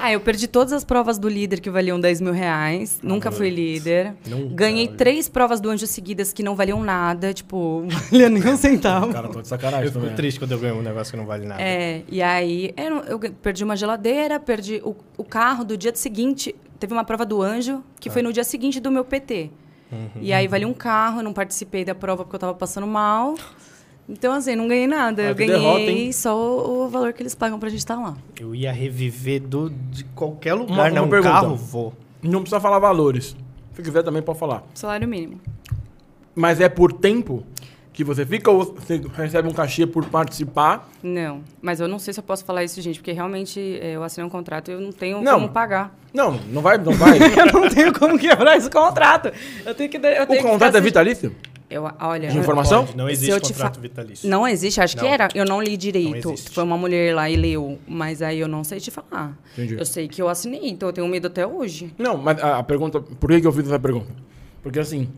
D: Ah, eu perdi todas as provas do líder que valiam 10 mil reais. Nunca fui líder.
B: Nunca,
D: Ganhei
B: olha.
D: três provas do anjo seguidas que não valiam nada, tipo, valia nem um centavo.
A: Cara, tô de
B: Eu
A: sacanagem
B: fico
A: também.
B: triste quando eu ganho um negócio que não vale nada.
D: É, e aí eu, não- eu gan- perdi uma geladeira, perdi o, o carro do dia seguinte. Teve uma prova do anjo, que
E: É.
D: foi no dia seguinte
E: Uhum.
D: do meu PT. E aí valia um carro, eu não participei da prova porque eu tava passando mal.
E: Então, assim, não ganhei nada.
A: Ah,
E: eu
A: que
E: ganhei
A: derrota, hein?
E: só o valor que eles pagam pra gente
D: tá
E: estar lá.
B: Eu ia reviver do, de qualquer lugar,
A: Uma-
B: né?
A: uma
B: Um
A: pergunta.
B: carro, vou.
A: Não precisa falar valores. Se quiser também pode falar.
E: Salário mínimo.
A: Mas é por tempo que você fica ou você recebe um cachê por participar?
D: Não, mas eu não sei se eu posso falar isso, gente, porque realmente eh, eu assinei um contrato e eu não tenho
A: Não.
D: como pagar.
A: Não, não vai, não vai.
E: eu não tenho como quebrar esse contrato. Eu tenho que. dar- Eu tenho
A: o
E: que
A: contrato é
E: ficar
A: vitalício?
D: Eu, olha,
A: De informação?
B: Pode, não
E: Se
B: existe
E: eu te
B: contrato
E: fa-
B: vitalício.
D: não existe, acho que
B: Não.
D: era. Eu não li direito.
B: Não existe.
D: Foi uma mulher lá e leu, mas aí eu não sei te falar.
A: Entendi.
D: Eu sei que eu assinei, então eu tenho medo até hoje.
A: Não, mas a, a pergunta. Por que, que eu fiz essa pergunta? Porque assim.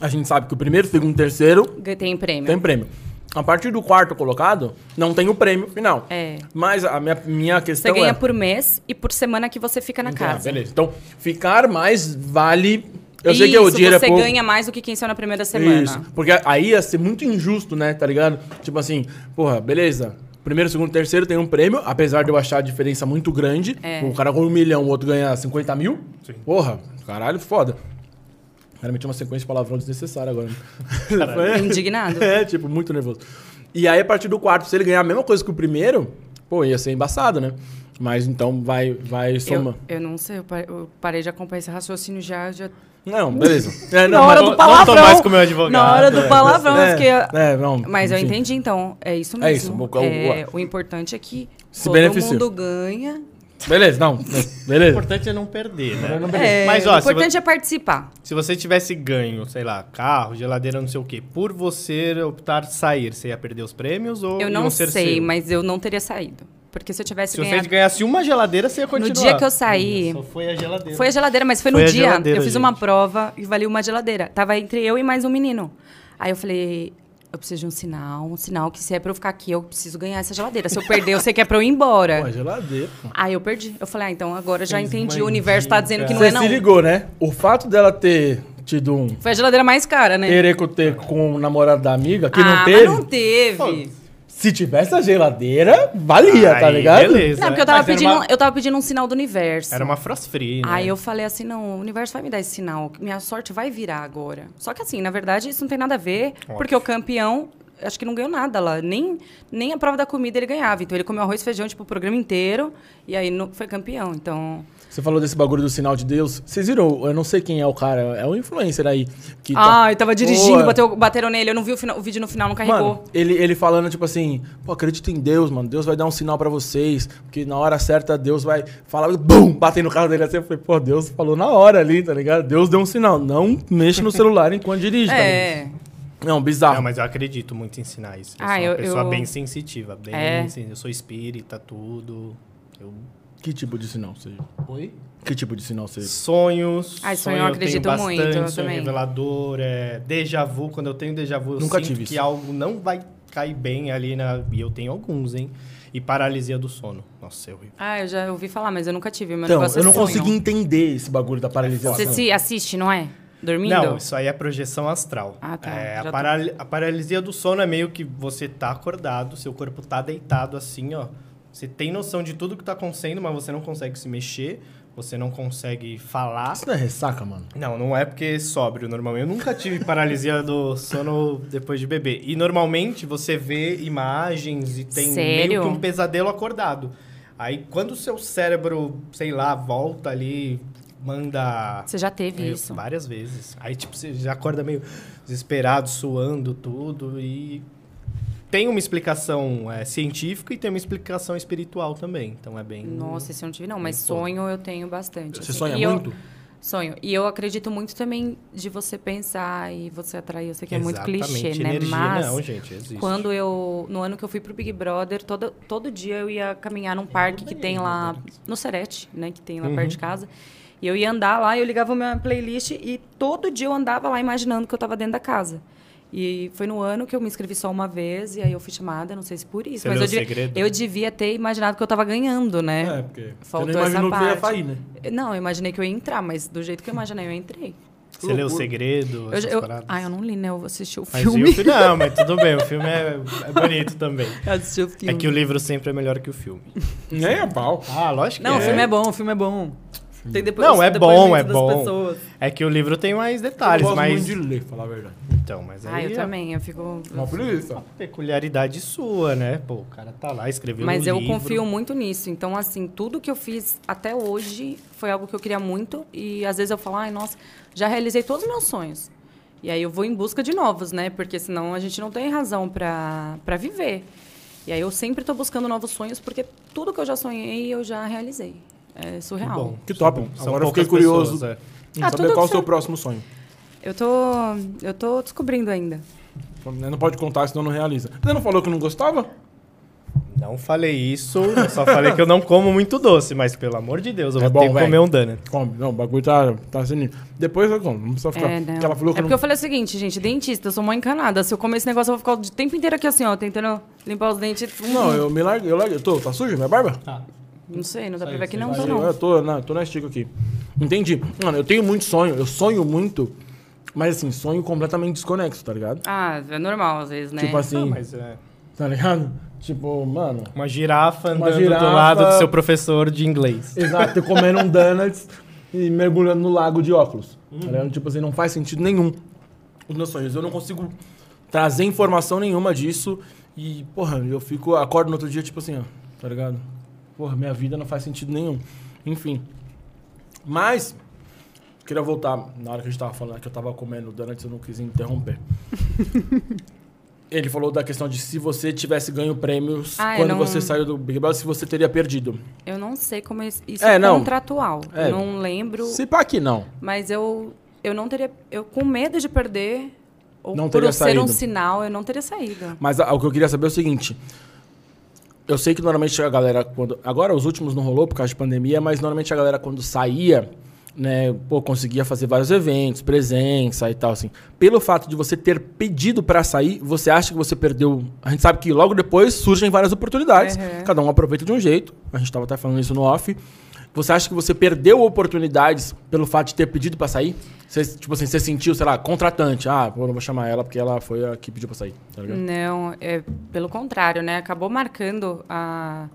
A: A gente sabe que o primeiro, segundo, terceiro
D: Ganhei- Tem prêmio.
A: tem prêmio. A partir do quarto colocado, não tem o prêmio final.
D: É.
A: Mas a minha, minha
D: Você
A: questão
D: ganha
A: é.
D: por mês e por semana que você fica na
A: Ah,
D: casa.
A: beleza. Então, ficar mais vale. Eu sei que o
D: Isso,
A: dinheiro
D: você
A: é pouco.
D: ganha mais do que quem saiu na primeira semana.
A: porque aí ia ser muito injusto, né? Tá ligado? Tipo assim, porra, beleza. Primeiro, segundo, terceiro tem um prêmio, apesar de eu achar a diferença muito grande.
E: É.
A: O cara ganha um milhão, o outro ganha 50 mil. Porra, caralho, foda. Cara, meti uma sequência de palavrão desnecessária agora. né?
D: Indignado.
A: É, tipo, muito nervoso. E aí, a partir do quarto, se ele ganhar a mesma coisa que o primeiro, pô, ia ser embaçado, né? Mas então vai, vai
D: Eu,
A: soma.
D: eu não sei, eu pa- eu parei de acompanhar esse raciocínio já. já...
A: Não, beleza. É,
E: Na hora do
A: mas-
B: tô- não tô
E: palavrão.
B: mais com meu advogado.
E: Na hora do palavrão, eu
A: é,
E: fiquei.
A: é, não,
D: Mas eu
A: enfim.
D: entendi, então. É isso mesmo.
A: É isso, o- o-
D: É, o importante é que
A: Se
D: todo
A: beneficia.
D: mundo ganha.
A: Beleza, não.
B: O
A: Beleza.
B: importante é não perder, né?
D: É,
B: Mas,
D: o
B: ó, se,
D: importante
B: vo-
D: é participar.
B: se você tivesse ganho, sei lá, carro, geladeira, não sei o quê, por você optar sair, você ia perder os prêmios ou
D: Eu não
B: iam ser
D: sei,
B: seu?
D: mas eu não teria saído. Porque se eu tivesse
B: Se você
D: ganhado.
B: ganhasse uma geladeira, você ia
D: No
B: continuar.
D: dia que eu saí.
B: Só foi a geladeira.
D: Foi a geladeira, mas foi,
B: Foi
D: no
B: a
D: dia.
B: geladeira,
D: Eu fiz uma
B: gente.
D: prova e valia uma geladeira. Tava entre eu e mais um menino. Aí eu falei, eu preciso de um sinal, um sinal que se é pra eu ficar aqui, eu preciso ganhar essa geladeira. Se eu perder, eu sei que é pra eu ir embora.
A: geladeira. pô.
D: Aí eu perdi. Eu falei, ah, então agora eu já
B: Fez
D: entendi.
B: uma
D: O universo tá dizendo que não
A: Você
D: é não.
A: se ligou, né? O fato dela ter tido um
D: Foi a geladeira mais cara, né?
A: tereco-teco com o namorado da amiga, que
D: ah,
A: não teve,
D: mas não teve.
A: se tivesse a geladeira, valia, tá
B: Aí,
A: ligado?
B: Beleza.
D: Não, porque eu
B: né?
D: tava,
B: Mas era
D: pedindo,
B: uma-
D: eu tava pedindo um sinal do universo.
B: Era uma frost free,
A: É.
B: né?
D: Aí eu falei assim, não, o universo vai me dar esse sinal, que minha sorte vai virar agora. Só que assim, na verdade, isso não tem nada a ver, porque o campeão, acho que não ganhou nada lá, nem, nem a prova da comida ele ganhava. Então ele comeu arroz e feijão, tipo, o programa inteiro, e aí não, foi campeão, então...
A: Você falou desse bagulho do sinal de Deus. Vocês viram? Eu não sei quem é o cara. É um influencer aí. Que tá-
D: Ah, eu tava dirigindo,
A: Boa.
D: bateu, bateram nele, eu não vi o, final- o vídeo no final, não carregou.
A: Mano, ele, ele falando, tipo assim, pô, acredita em Deus, mano. Deus vai dar um sinal pra vocês. Porque na hora certa, Deus vai falar, bum, bater no carro dele assim. Eu falei, pô, Deus falou na hora ali, tá ligado? Deus deu um sinal. Não mexa no celular enquanto dirige. tá ligado?
D: é,
A: Não, bizarro.
B: Não, mas eu acredito muito em sinais. Eu
D: Ah,
B: sou uma
D: eu-
B: pessoa
D: eu-
B: bem sensitiva. Bem
D: É.
B: sen- Eu sou espírita, tudo. Eu...
A: Que tipo de sinal você.
B: Oi?
A: Que tipo de sinal você.
B: Sonhos.
D: Ai, sonho eu
B: tenho
D: acredito
B: bastante,
D: muito, eu
B: sonho
D: também.
B: revelador, é déjà vu. Quando eu tenho déjà vu, eu
A: Nunca
B: sinto
A: tive
B: que
A: isso.
B: algo não vai cair bem ali na... E eu tenho alguns, hein? E paralisia do sono. Nossa, eu...
D: ah, eu já ouvi falar, mas eu nunca tive, meu
A: Então,
D: negócio
A: eu
D: é
A: não
D: sonho.
A: consegui entender esse bagulho da paralisia.
D: Você se assiste, não é? Dormindo?
B: Não, isso aí é projeção astral.
D: Ah, tá.
B: É,
D: Já
B: a,
D: tô-
B: paral- a paralisia do sono é meio que você tá acordado, seu corpo tá deitado assim, ó. Você tem noção de tudo que tá acontecendo, mas você não consegue se mexer, você não consegue falar.
A: Isso não é ressaca, mano.
B: Não, não é porque é sóbrio, normalmente. Eu nunca tive paralisia do sono depois de beber. E normalmente você vê imagens e tem meio
D: Sério?
B: que um pesadelo acordado. Aí quando o seu cérebro, sei lá, volta ali, manda
D: Você já teve
B: eu,
D: isso.
B: É, Várias vezes. Aí, tipo, você já acorda meio desesperado, suando tudo e. Tem uma explicação é, científica e tem uma explicação espiritual também. Então é bem.
D: Nossa, esse eu não tive, não. Mas
B: Muito
D: sonho eu tenho bastante.
A: Você
D: assim.
A: sonha
D: E eu-
A: muito?
D: sonho. E eu acredito muito também de você pensar e você atrair. Eu sei que é muito
B: Exatamente,
D: clichê, né?
B: energia,
D: Mas
B: Não, gente, existe.
D: quando eu. No ano que eu fui pro Big Brother, todo, todo dia eu ia caminhar num parque que tem lá. No Serete, né? Que tem lá
B: Uhum.
D: perto de casa. E eu ia andar lá, eu ligava minha playlist e todo dia eu andava lá imaginando que eu tava dentro da casa. E foi no ano que eu me inscrevi só uma vez, e aí eu fui chamada, não sei se por isso.
B: Você
D: mas
B: leu
D: eu,
B: o
D: devia-
B: segredo?
D: eu devia ter imaginado que eu tava ganhando, né?
A: É, porque. você
D: Faltou
A: não imaginou
D: essa
A: que você ia
D: parte.
A: sair, né?
D: Não, eu imaginei que eu ia entrar, mas do jeito que eu imaginei, eu entrei.
B: Você leu o segredo?
D: Eu,
B: essas
D: eu-
B: paradas?
D: ah, eu não li, né? Eu assisti o
B: Mas
D: filme.
B: e o filme? Não, mas tudo bem, o filme é, é bonito também.
D: Eu assisti o filme.
B: É que o livro sempre é melhor que o filme.
A: Nem a pau.
B: Ah, lógico
E: Não,
D: é
B: que
E: o filme é bom, o filme é bom.
D: Tem depois
B: Não, é bom, é
D: depoimento das
B: bom.
D: pessoas.
B: É que o livro tem mais detalhes,
A: eu gosto
B: mas.
A: muito de ler, falar a verdade.
B: Então, mas
D: Ah,
B: aí.
D: eu
B: é
D: também, eu fico...
A: Uma
D: Ah,
A: preguiça.
B: Peculiaridade sua, né? Pô, o cara tá lá, escreveu
D: Mas
B: um
D: eu
B: livro.
D: confio muito nisso. Então, assim, tudo que eu fiz até hoje foi algo que eu queria muito. E às vezes eu falo, ai, nossa, já realizei todos os meus sonhos. E aí eu vou em busca de novos, né? Porque senão a gente não tem razão pra pra viver. E aí eu sempre tô buscando novos sonhos, porque tudo que eu já sonhei, eu já realizei. É
B: Que
D: surreal.
B: Tá bom.
A: Que top.
B: São
A: Agora eu
B: poucas
A: fiquei curioso.
B: pessoas, é.
D: Ah,
A: saber
D: tudo
A: qual é o seu
D: certo.
A: próximo sonho.
D: Eu tô, eu tô descobrindo ainda.
A: Né, Não pode contar, senão não realiza. Você não falou que não gostava?
B: Não falei isso, eu só falei que eu não como muito doce, mas pelo amor de Deus, eu
A: É
B: vou
A: bom,
B: ter que
A: velho.
B: comer um donut.
A: Come. Não, o bagulho tá, tá sinistro. Depois eu como. Não precisa ficar.
D: É, não.
A: Tá. Porque ela falou que
D: é
A: não...
D: porque eu falei o seguinte, gente, dentista, eu sou mó encanada. Se eu comer esse negócio, eu vou ficar o tempo inteiro aqui assim, ó, tentando limpar os dentes.
A: Não, eu me larguei. Eu larguei. Tô, tá sujo minha barba?
D: Não sei, não dá pra ver aqui
B: isso
D: não,
B: aí.
D: tô
A: Eu,
D: não.
A: tô, na, tô na estica aqui. Entendi. Mano, eu tenho muito sonho. Eu sonho muito, mas assim, sonho completamente desconexo, tá ligado?
D: Ah, é normal às vezes, né?
A: Tipo assim,
B: Ah, mas é.
A: tá ligado? Tipo, mano...
B: Uma girafa
A: Uma
B: andando
A: girafa.
B: do lado do seu professor de inglês.
A: Exato, e comendo um donuts e mergulhando no lago de óculos. Tá ligado? Tipo assim, não faz sentido nenhum os meus sonhos. Eu não consigo trazer informação nenhuma disso. E, porra, eu fico, acordo no outro dia, tipo assim, ó, tá ligado? Porra, minha vida não faz sentido nenhum. Enfim. Mas, queria voltar na hora que a gente tava falando que eu tava comendo donuts, eu não quis interromper. Ele falou da questão de se você tivesse ganho prêmios
D: Ah, eu
A: quando
D: não-
A: você saiu do Big Brother, se você teria perdido.
D: Eu não sei como isso isso
A: É,
D: é,
A: não.
D: contratual.
A: É.
D: Eu Não lembro,
A: Se pá que não.
D: mas eu eu não teria eu com medo de perder ou
A: Não
D: por
A: teria
D: eu ser um
A: saído.
D: sinal, eu não teria saído.
A: Mas a- o que eu queria saber é o seguinte. Eu sei que normalmente a galera quando agora os últimos não rolou por causa de pandemia, mas normalmente a galera quando saía, né, pô, conseguia fazer vários eventos, presença e tal assim. Pelo fato de você ter pedido pra sair, você acha que você perdeu? A gente sabe que logo depois surgem várias oportunidades,
D: Uhum.
A: cada um aproveita de um jeito. A gente tava até falando isso no off. Você acha que você perdeu oportunidades pelo fato de ter pedido pra sair? Você, tipo assim, você sentiu, sei lá, contratante. Ah, pô, não vou chamar ela porque ela foi a que pediu pra sair. Tá ligado?
D: Não, é pelo contrário, né? Acabou marcando a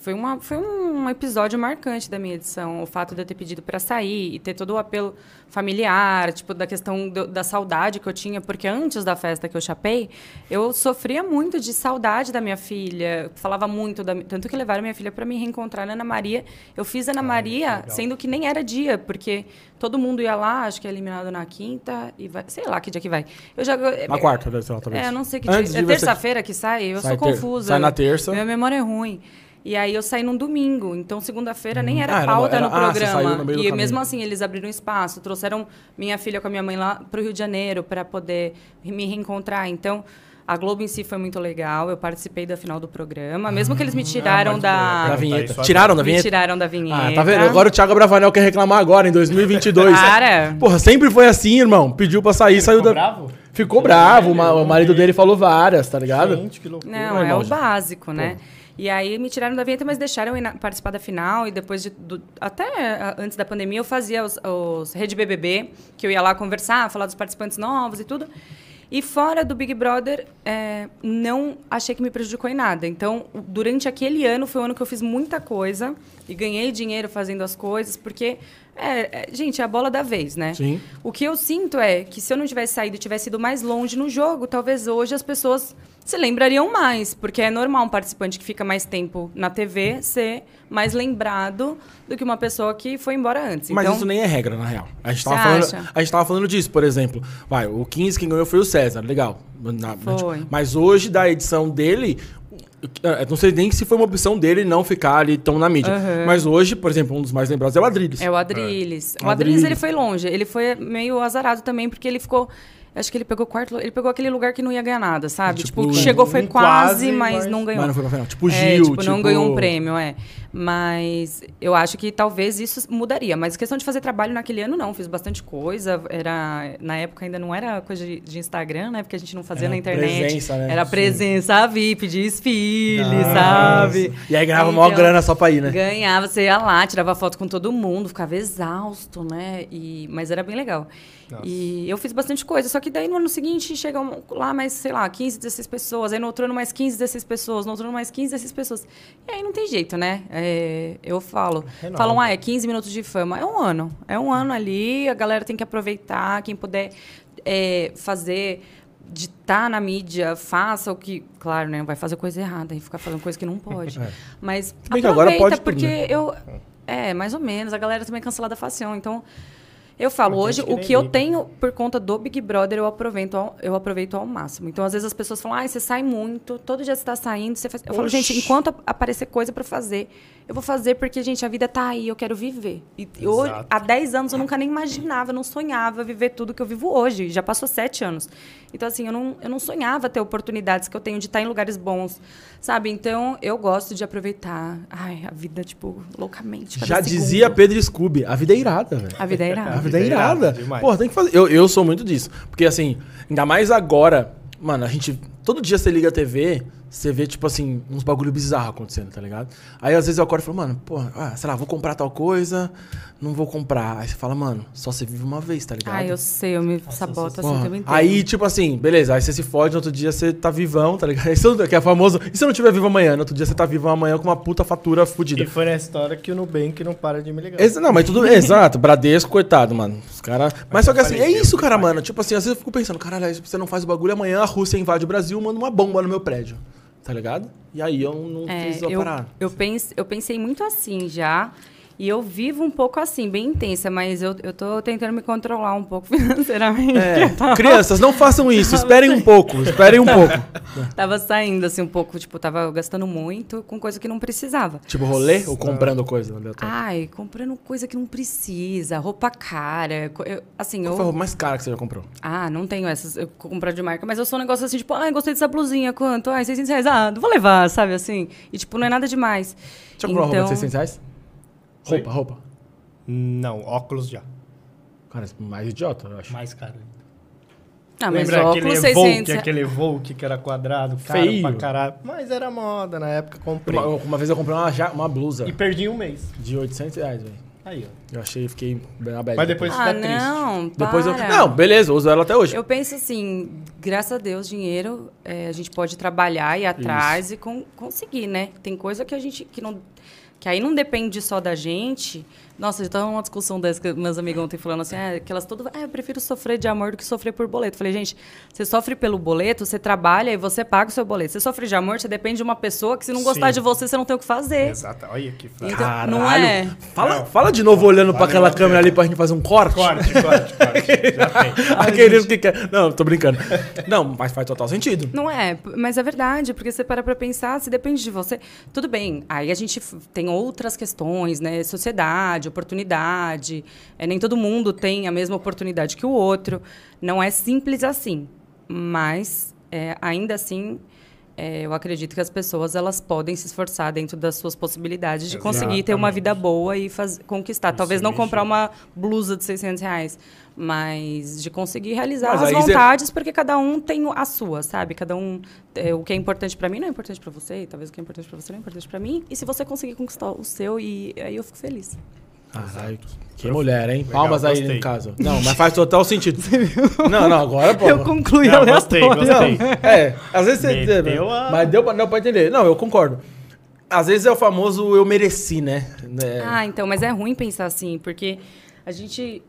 D: foi, uma, foi um episódio marcante da minha edição, o fato de eu ter pedido pra sair e ter todo o apelo familiar, tipo, da questão do- da saudade que eu tinha, porque antes da festa que eu chapei, eu sofria muito de saudade da minha filha, falava muito, da, mi- tanto que levaram minha filha pra me reencontrar na Ana Maria. Eu fiz Ana Maria, sendo que nem era dia, porque todo mundo ia lá, acho que é eliminado na quinta, e vai, sei lá que dia que vai. Eu já,
A: Na quarta, deve ser lá, talvez.
D: é, eu não sei que
A: Antes
D: dia. É
A: de você-
D: terça-feira que sai? Eu
A: Sai
D: sou
A: ter-
D: confusa.
A: sai na terça.
D: Minha memória é ruim. E aí eu saí num domingo, então segunda-feira nem
A: Ah,
D: era
A: era-
D: pauta
A: era-
D: no
A: ah, você saiu
D: programa.
A: no meio do
D: e mesmo
A: caminho.
D: assim eles abriram espaço, trouxeram minha filha com a minha mãe lá para o Rio de Janeiro para poder me reencontrar. Então a Globo em si foi muito legal, eu participei da final do programa, mesmo que eles me tiraram da
A: Da
B: Tá,
A: vinheta.
B: isso agora.
A: Tiraram Ah, da
D: me
A: vinheta?
D: tiraram da vinheta.
A: Ah, tá vendo? Agora o Thiago Bravanel quer reclamar agora, em 2022.
D: Para.
A: Porra, sempre foi assim, irmão. Pediu pra sair, saiu da...
B: bravo?
A: Ficou bravo, o ma- o marido dele falou várias, tá ligado?
B: Gente, que loucura.
D: Não,
A: Vai
D: é o
A: longe.
D: básico, né? E aí me tiraram da vinheta, mas deixaram eu ir na- participar da final. E depois de. do- até ah, antes da pandemia, eu fazia os, os Rede BBB, que eu ia lá conversar, falar dos participantes novos e tudo. E fora do Big Brother, é, não achei que me prejudicou em nada. Então, o- durante aquele ano, foi o ano que eu fiz muita coisa e ganhei dinheiro fazendo as coisas, porque, é, é, gente, é a bola da vez, né?
A: Sim.
D: O que eu sinto é que se eu não tivesse saído e tivesse ido mais longe no jogo, talvez hoje as pessoas se lembrariam mais, porque é normal um participante que fica mais tempo na TV ser mais lembrado do que uma pessoa que foi embora antes.
A: Mas
D: então,
A: isso nem é regra, na real. A gente,
D: Você
A: tava falando,
D: acha?
A: a gente tava falando disso, por exemplo. Vai, o 15 quem ganhou foi o César, legal. Na- na-
D: Foi.
A: mas hoje, da edição dele, eu não sei nem se foi uma opção dele não ficar ali tão na mídia. Mas hoje, por exemplo, um dos mais lembrados é o Adriles.
D: É o Adrilles.
A: É.
D: O
A: Adrilles.
D: Adrilles, ele foi longe. Ele foi meio azarado também, porque ele ficou... Acho que ele pegou quarto... lu- Ele pegou aquele lugar que não ia ganhar nada, sabe?
A: Tipo,
D: Tipo, chegou, foi
B: um quase,
D: quase, mas,
B: mas-
D: não ganhou.
A: Mas não foi pra final. Tipo o Gil,
D: É, tipo, não
A: tipo-
D: ganhou um prêmio, é. Mas eu acho que talvez isso mudaria. Mas questão de fazer trabalho naquele ano, não. Fiz bastante coisa. Era, na época ainda não era coisa de, de Instagram, né? Porque a gente não fazia
A: Era
D: na internet.
A: presença, né?
D: Era
A: Sim.
D: presença VIP, desfile,
A: Ah,
D: sabe? Então,
A: E aí ganhava maior grana só pra ir, né?
D: Ganhava, você ia lá, tirava foto com todo mundo, ficava exausto, né? E, mas era bem legal. E eu fiz bastante coisa, só que daí no ano seguinte chegam lá mais, sei lá, 15, 16 pessoas, aí no outro ano mais 15, 16 pessoas, no outro ano mais 15, 16 pessoas. E aí não tem jeito, né? É, é, eu falo.
B: Renova.
D: Falam, ah, é 15 minutos de fama. É um ano. É um ano ali, a galera tem que aproveitar. Quem puder é, fazer, de estar na mídia, faça o que. Claro, né? Não vai fazer coisa errada e ficar falando coisa que não pode.
A: É.
D: Mas
A: bem que agora pode tudo,
D: porque
A: né?
D: eu. É, mais ou menos. A galera também é cancelada facião. Então, eu falo,
B: Mas tem
D: hoje,
B: gente que
D: o
B: nem
D: que eu
B: liga.
D: tenho por conta do Big Brother, eu aproveito ao, eu aproveito ao máximo. Então, às vezes, as pessoas falam, ah, você sai muito, todo dia você está saindo. Você faz... Eu falo,
A: Oxi.
D: gente, enquanto ap- aparecer coisa para fazer, eu vou fazer porque, gente, a vida tá aí, eu quero viver. E hoje,
B: Exato.
D: há 10 anos, eu nunca nem imaginava, eu não sonhava viver tudo que eu vivo hoje. Já passou 7 anos. Então, assim, eu não, eu não sonhava ter oportunidades que eu tenho de estar em lugares bons, sabe? Então, eu gosto de aproveitar, ai, a vida, tipo, loucamente. cada
A: Já
D: segundo.
A: dizia Pedro Scooby, a vida é irada, velho.
D: A vida é
A: A
D: irada.
A: vida é irada.
B: demais.
A: Porra, tem que fazer. Eu, eu sou muito disso. Porque, assim, ainda mais agora, mano, a gente. Todo dia você liga a TV, você vê, tipo assim, uns bagulho bizarro acontecendo, tá ligado? Aí às vezes eu acordo e falo, mano, porra, ah, sei lá, vou comprar tal coisa, não vou comprar. Aí você fala, mano, só você vive uma vez, tá ligado?
D: Ai, eu sei, eu me saboto assim
A: Porra,
D: o tempo inteiro.
A: aí, tipo assim, beleza, aí você se fode, no outro dia você tá vivão, tá ligado? Isso que é famoso. E se eu não tiver vivo amanhã? No outro dia você tá vivo amanhã com uma puta fatura fudida.
B: E foi nessa hora que o Nubank não para de me ligar.
A: Ex- não, mas tudo Exato, Bradesco, coitado, mano. Os caras. Mas só que
B: eu
A: assim, é
B: falei,
A: isso,
B: Deus
A: cara,
B: que
A: mano. Tipo assim, às vezes eu fico pensando, caralho, aí você não faz o bagulho, amanhã a Rússia invade o Brasil, manda uma bomba no meu prédio. Tá ligado? E aí eu não
D: É,
A: fiz a
D: eu,
A: parada.
D: eu, pense, eu pensei muito assim já. E eu vivo um pouco assim, bem intensa, mas eu, eu tô tentando me controlar um pouco financeiramente.
A: É,
D: Eu tava-
A: crianças, não façam isso, esperem um pouco, esperem um pouco.
D: Tava saindo assim um pouco, tipo, tava gastando muito com coisa que não precisava.
A: Tipo, rolê ou comprando coisa? Ah,
D: Ai, comprando coisa que não precisa, roupa cara. co- eu- assim,
A: Qual
D: eu.
A: foi a roupa mais cara que você já comprou?
D: Ah, não tenho essas. Eu comprar de marca, mas eu sou um negócio assim, tipo, ai, gostei dessa blusinha, quanto? Ai, 600 reais. Ah, não vou levar, sabe assim? E, tipo, não é nada demais.
A: Já comprou uma roupa de
D: Então-
A: 600 reais? Roupa, roupa.
B: Não, óculos já.
A: Cara, é mais idiota, eu acho.
B: Mais caro.
D: Ah, mas
B: Lembra
D: óculos
B: aquele Evoque,
D: 600.
B: aquele Evoque que era quadrado, caro
A: Feio.
B: pra caralho. Mas era moda, na época comprei.
A: Uma, uma vez eu comprei uma, ja- uma blusa
B: E perdi um mês.
A: de 800 reais, velho.
B: Aí, ó.
A: Eu achei, fiquei bem aberto.
B: Mas depois
D: Ah,
B: fica tá triste.
D: não,
A: Depois eu.
D: para.
A: Não, beleza, eu uso ela até hoje.
D: Eu penso assim, graças a Deus, dinheiro, é, a gente pode trabalhar, ir atrás e con- conseguir, né? Tem coisa que a gente, que não... Que aí não depende só da gente. Nossa, já tava numa discussão dessa que meus amigos ontem falando assim, ah, que elas todas. Ah, eu prefiro sofrer de amor do que sofrer por boleto. Falei, gente, você sofre pelo boleto, você trabalha e você paga o seu boleto. Você sofre de amor, você depende de uma pessoa que, se não gostar
B: Sim.
D: de você, você não tem o que fazer.
B: Exato, olha que frase.
D: Então- não é?
A: Fala, fala de novo olhando pra
B: Valeu
A: aquela
B: a
A: câmera ali pra gente fazer um corte.
B: Corte, corte, corte. Já tem.
A: Aquele que quer. Não, tô brincando. Não, mas faz total sentido.
D: Não é, p- mas é verdade, porque você para pra pensar, se depende de você. Tudo bem, aí a gente f- tem outras questões, né? Sociedade, oportunidade. É, nem todo mundo tem a mesma oportunidade que o outro. Não é simples assim. Mas, é, ainda assim, é, eu acredito que as pessoas elas podem se esforçar dentro das suas possibilidades de conseguir ter uma
B: Exatamente.
D: vida boa e faz- conquistar. Talvez não
B: mesmo.
D: comprar uma blusa de 600 reais, mas de conseguir realizar
A: Mas
D: as
A: aí você-
D: vontades vontades, porque cada um tem o- a sua, sabe? Cada um. é, o que é importante pra mim não é importante pra você, e talvez o que é importante pra você não é importante pra mim. E se você conseguir conquistar o seu, e aí eu fico feliz.
A: Caralho, que mulher, hein? Palmas aí
B: gostei.
A: no caso. Não, mas faz total sentido. Não, não, agora, pô.
D: Eu concluí
B: Não,
D: a
B: gostei, gostei.
A: É, às vezes você. né?
B: Meteu a-
A: Mas deu pra, deu pra entender. Não, eu concordo. Às vezes é o famoso eu mereci, né? Né?
D: Ah, então, mas é ruim pensar assim, porque a gente.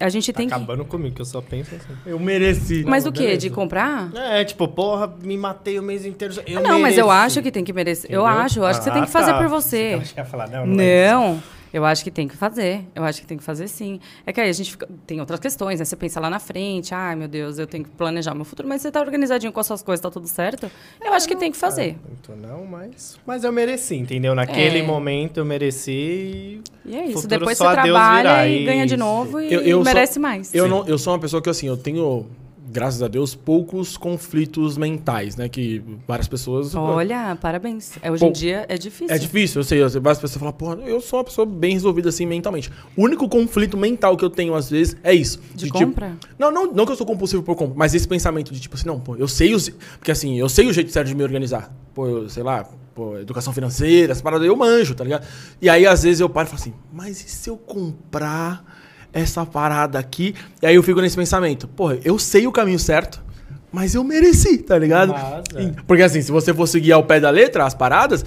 D: A gente
B: Tá
D: tem que.
B: acabando comigo, que eu só penso assim.
A: eu mereci.
D: Mas
A: Não,
D: o quê?
A: beleza.
D: De comprar?
B: É, tipo, porra, me matei o mês inteiro. Eu
D: Ah, não, mas eu
B: mereço.
D: acho que tem que merecer. Eu
B: Entendeu?
D: acho, eu acho que você
B: Ah,
D: tem que fazer
B: tá.
D: por você.
B: Você ia falar, não, não é isso.
D: Não, eu acho que tem que fazer. Eu acho que tem que fazer sim. É que aí a gente fica- tem outras questões, né? Você pensa lá na frente, ai meu Deus, eu tenho que planejar meu futuro, mas você tá organizadinho com as suas coisas, tá tudo certo? Eu acho que tem que fazer.
B: Não tô não, mas. Mas eu mereci, entendeu? Naquele
D: É.
B: momento eu mereci.
D: E é isso.
B: Futuro
D: Depois
B: só
D: você
B: Deus
D: trabalha
B: virá,
D: e ganha de
B: isso.
D: novo e
A: Eu- eu sou-
D: merece mais.
A: Eu, não, eu sou uma pessoa que, assim, eu tenho, graças a Deus, poucos conflitos mentais, né? Que várias pessoas.
D: Olha, parabéns. É, hoje
A: Bom,
D: em dia é difícil.
A: É difícil, eu sei. eu sei, Várias pessoas falam, porra, eu sou uma pessoa bem resolvida, assim, mentalmente. O único conflito mental que eu tenho, às vezes, é isso.
D: De
A: tipo-
D: compra?
A: não, não, não que eu sou compulsivo por compra, mas esse pensamento de, tipo assim, não, pô, eu sei os... Porque, assim, eu sei o jeito certo de me organizar. Pô, eu, sei lá, pô, educação financeira, essa parada, eu manjo, tá ligado? E aí, às vezes, eu paro e falo assim, mas e se eu comprar essa parada aqui? E aí eu fico nesse pensamento, pô, eu sei o caminho certo, mas eu mereci, tá ligado?
B: Mas, é.
A: E- porque assim, se você fosse guiar ao pé da letra as paradas,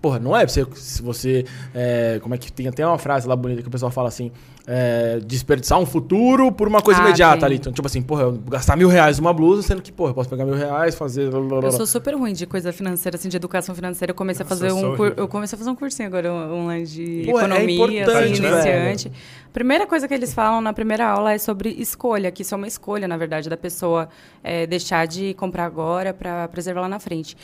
A: Porra, não é? Você, se você. é, como é que tem até uma frase lá bonita que o pessoal fala assim: é, desperdiçar um futuro por uma coisa
D: Ah,
A: imediata
D: tem.
A: ali. Então, tipo assim, porra, eu gastar mil reais numa blusa, sendo que, porra, eu posso pegar mil reais, fazer. blá, blá, blá,
D: Eu
A: blá.
D: sou super ruim de coisa financeira, assim, de educação financeira. Eu comecei
B: Nossa,
D: a
B: eu
D: fazer
B: sou
D: um cur...
B: horrível.
D: eu comecei a fazer um cursinho agora on- online de
A: Pô, é
D: economia,
A: importante,
D: assim,
B: né?
D: iniciante. Primeira coisa que eles falam na primeira aula é sobre escolha, que isso é uma escolha, na verdade, da pessoa é, deixar de comprar agora para preservar lá na frente.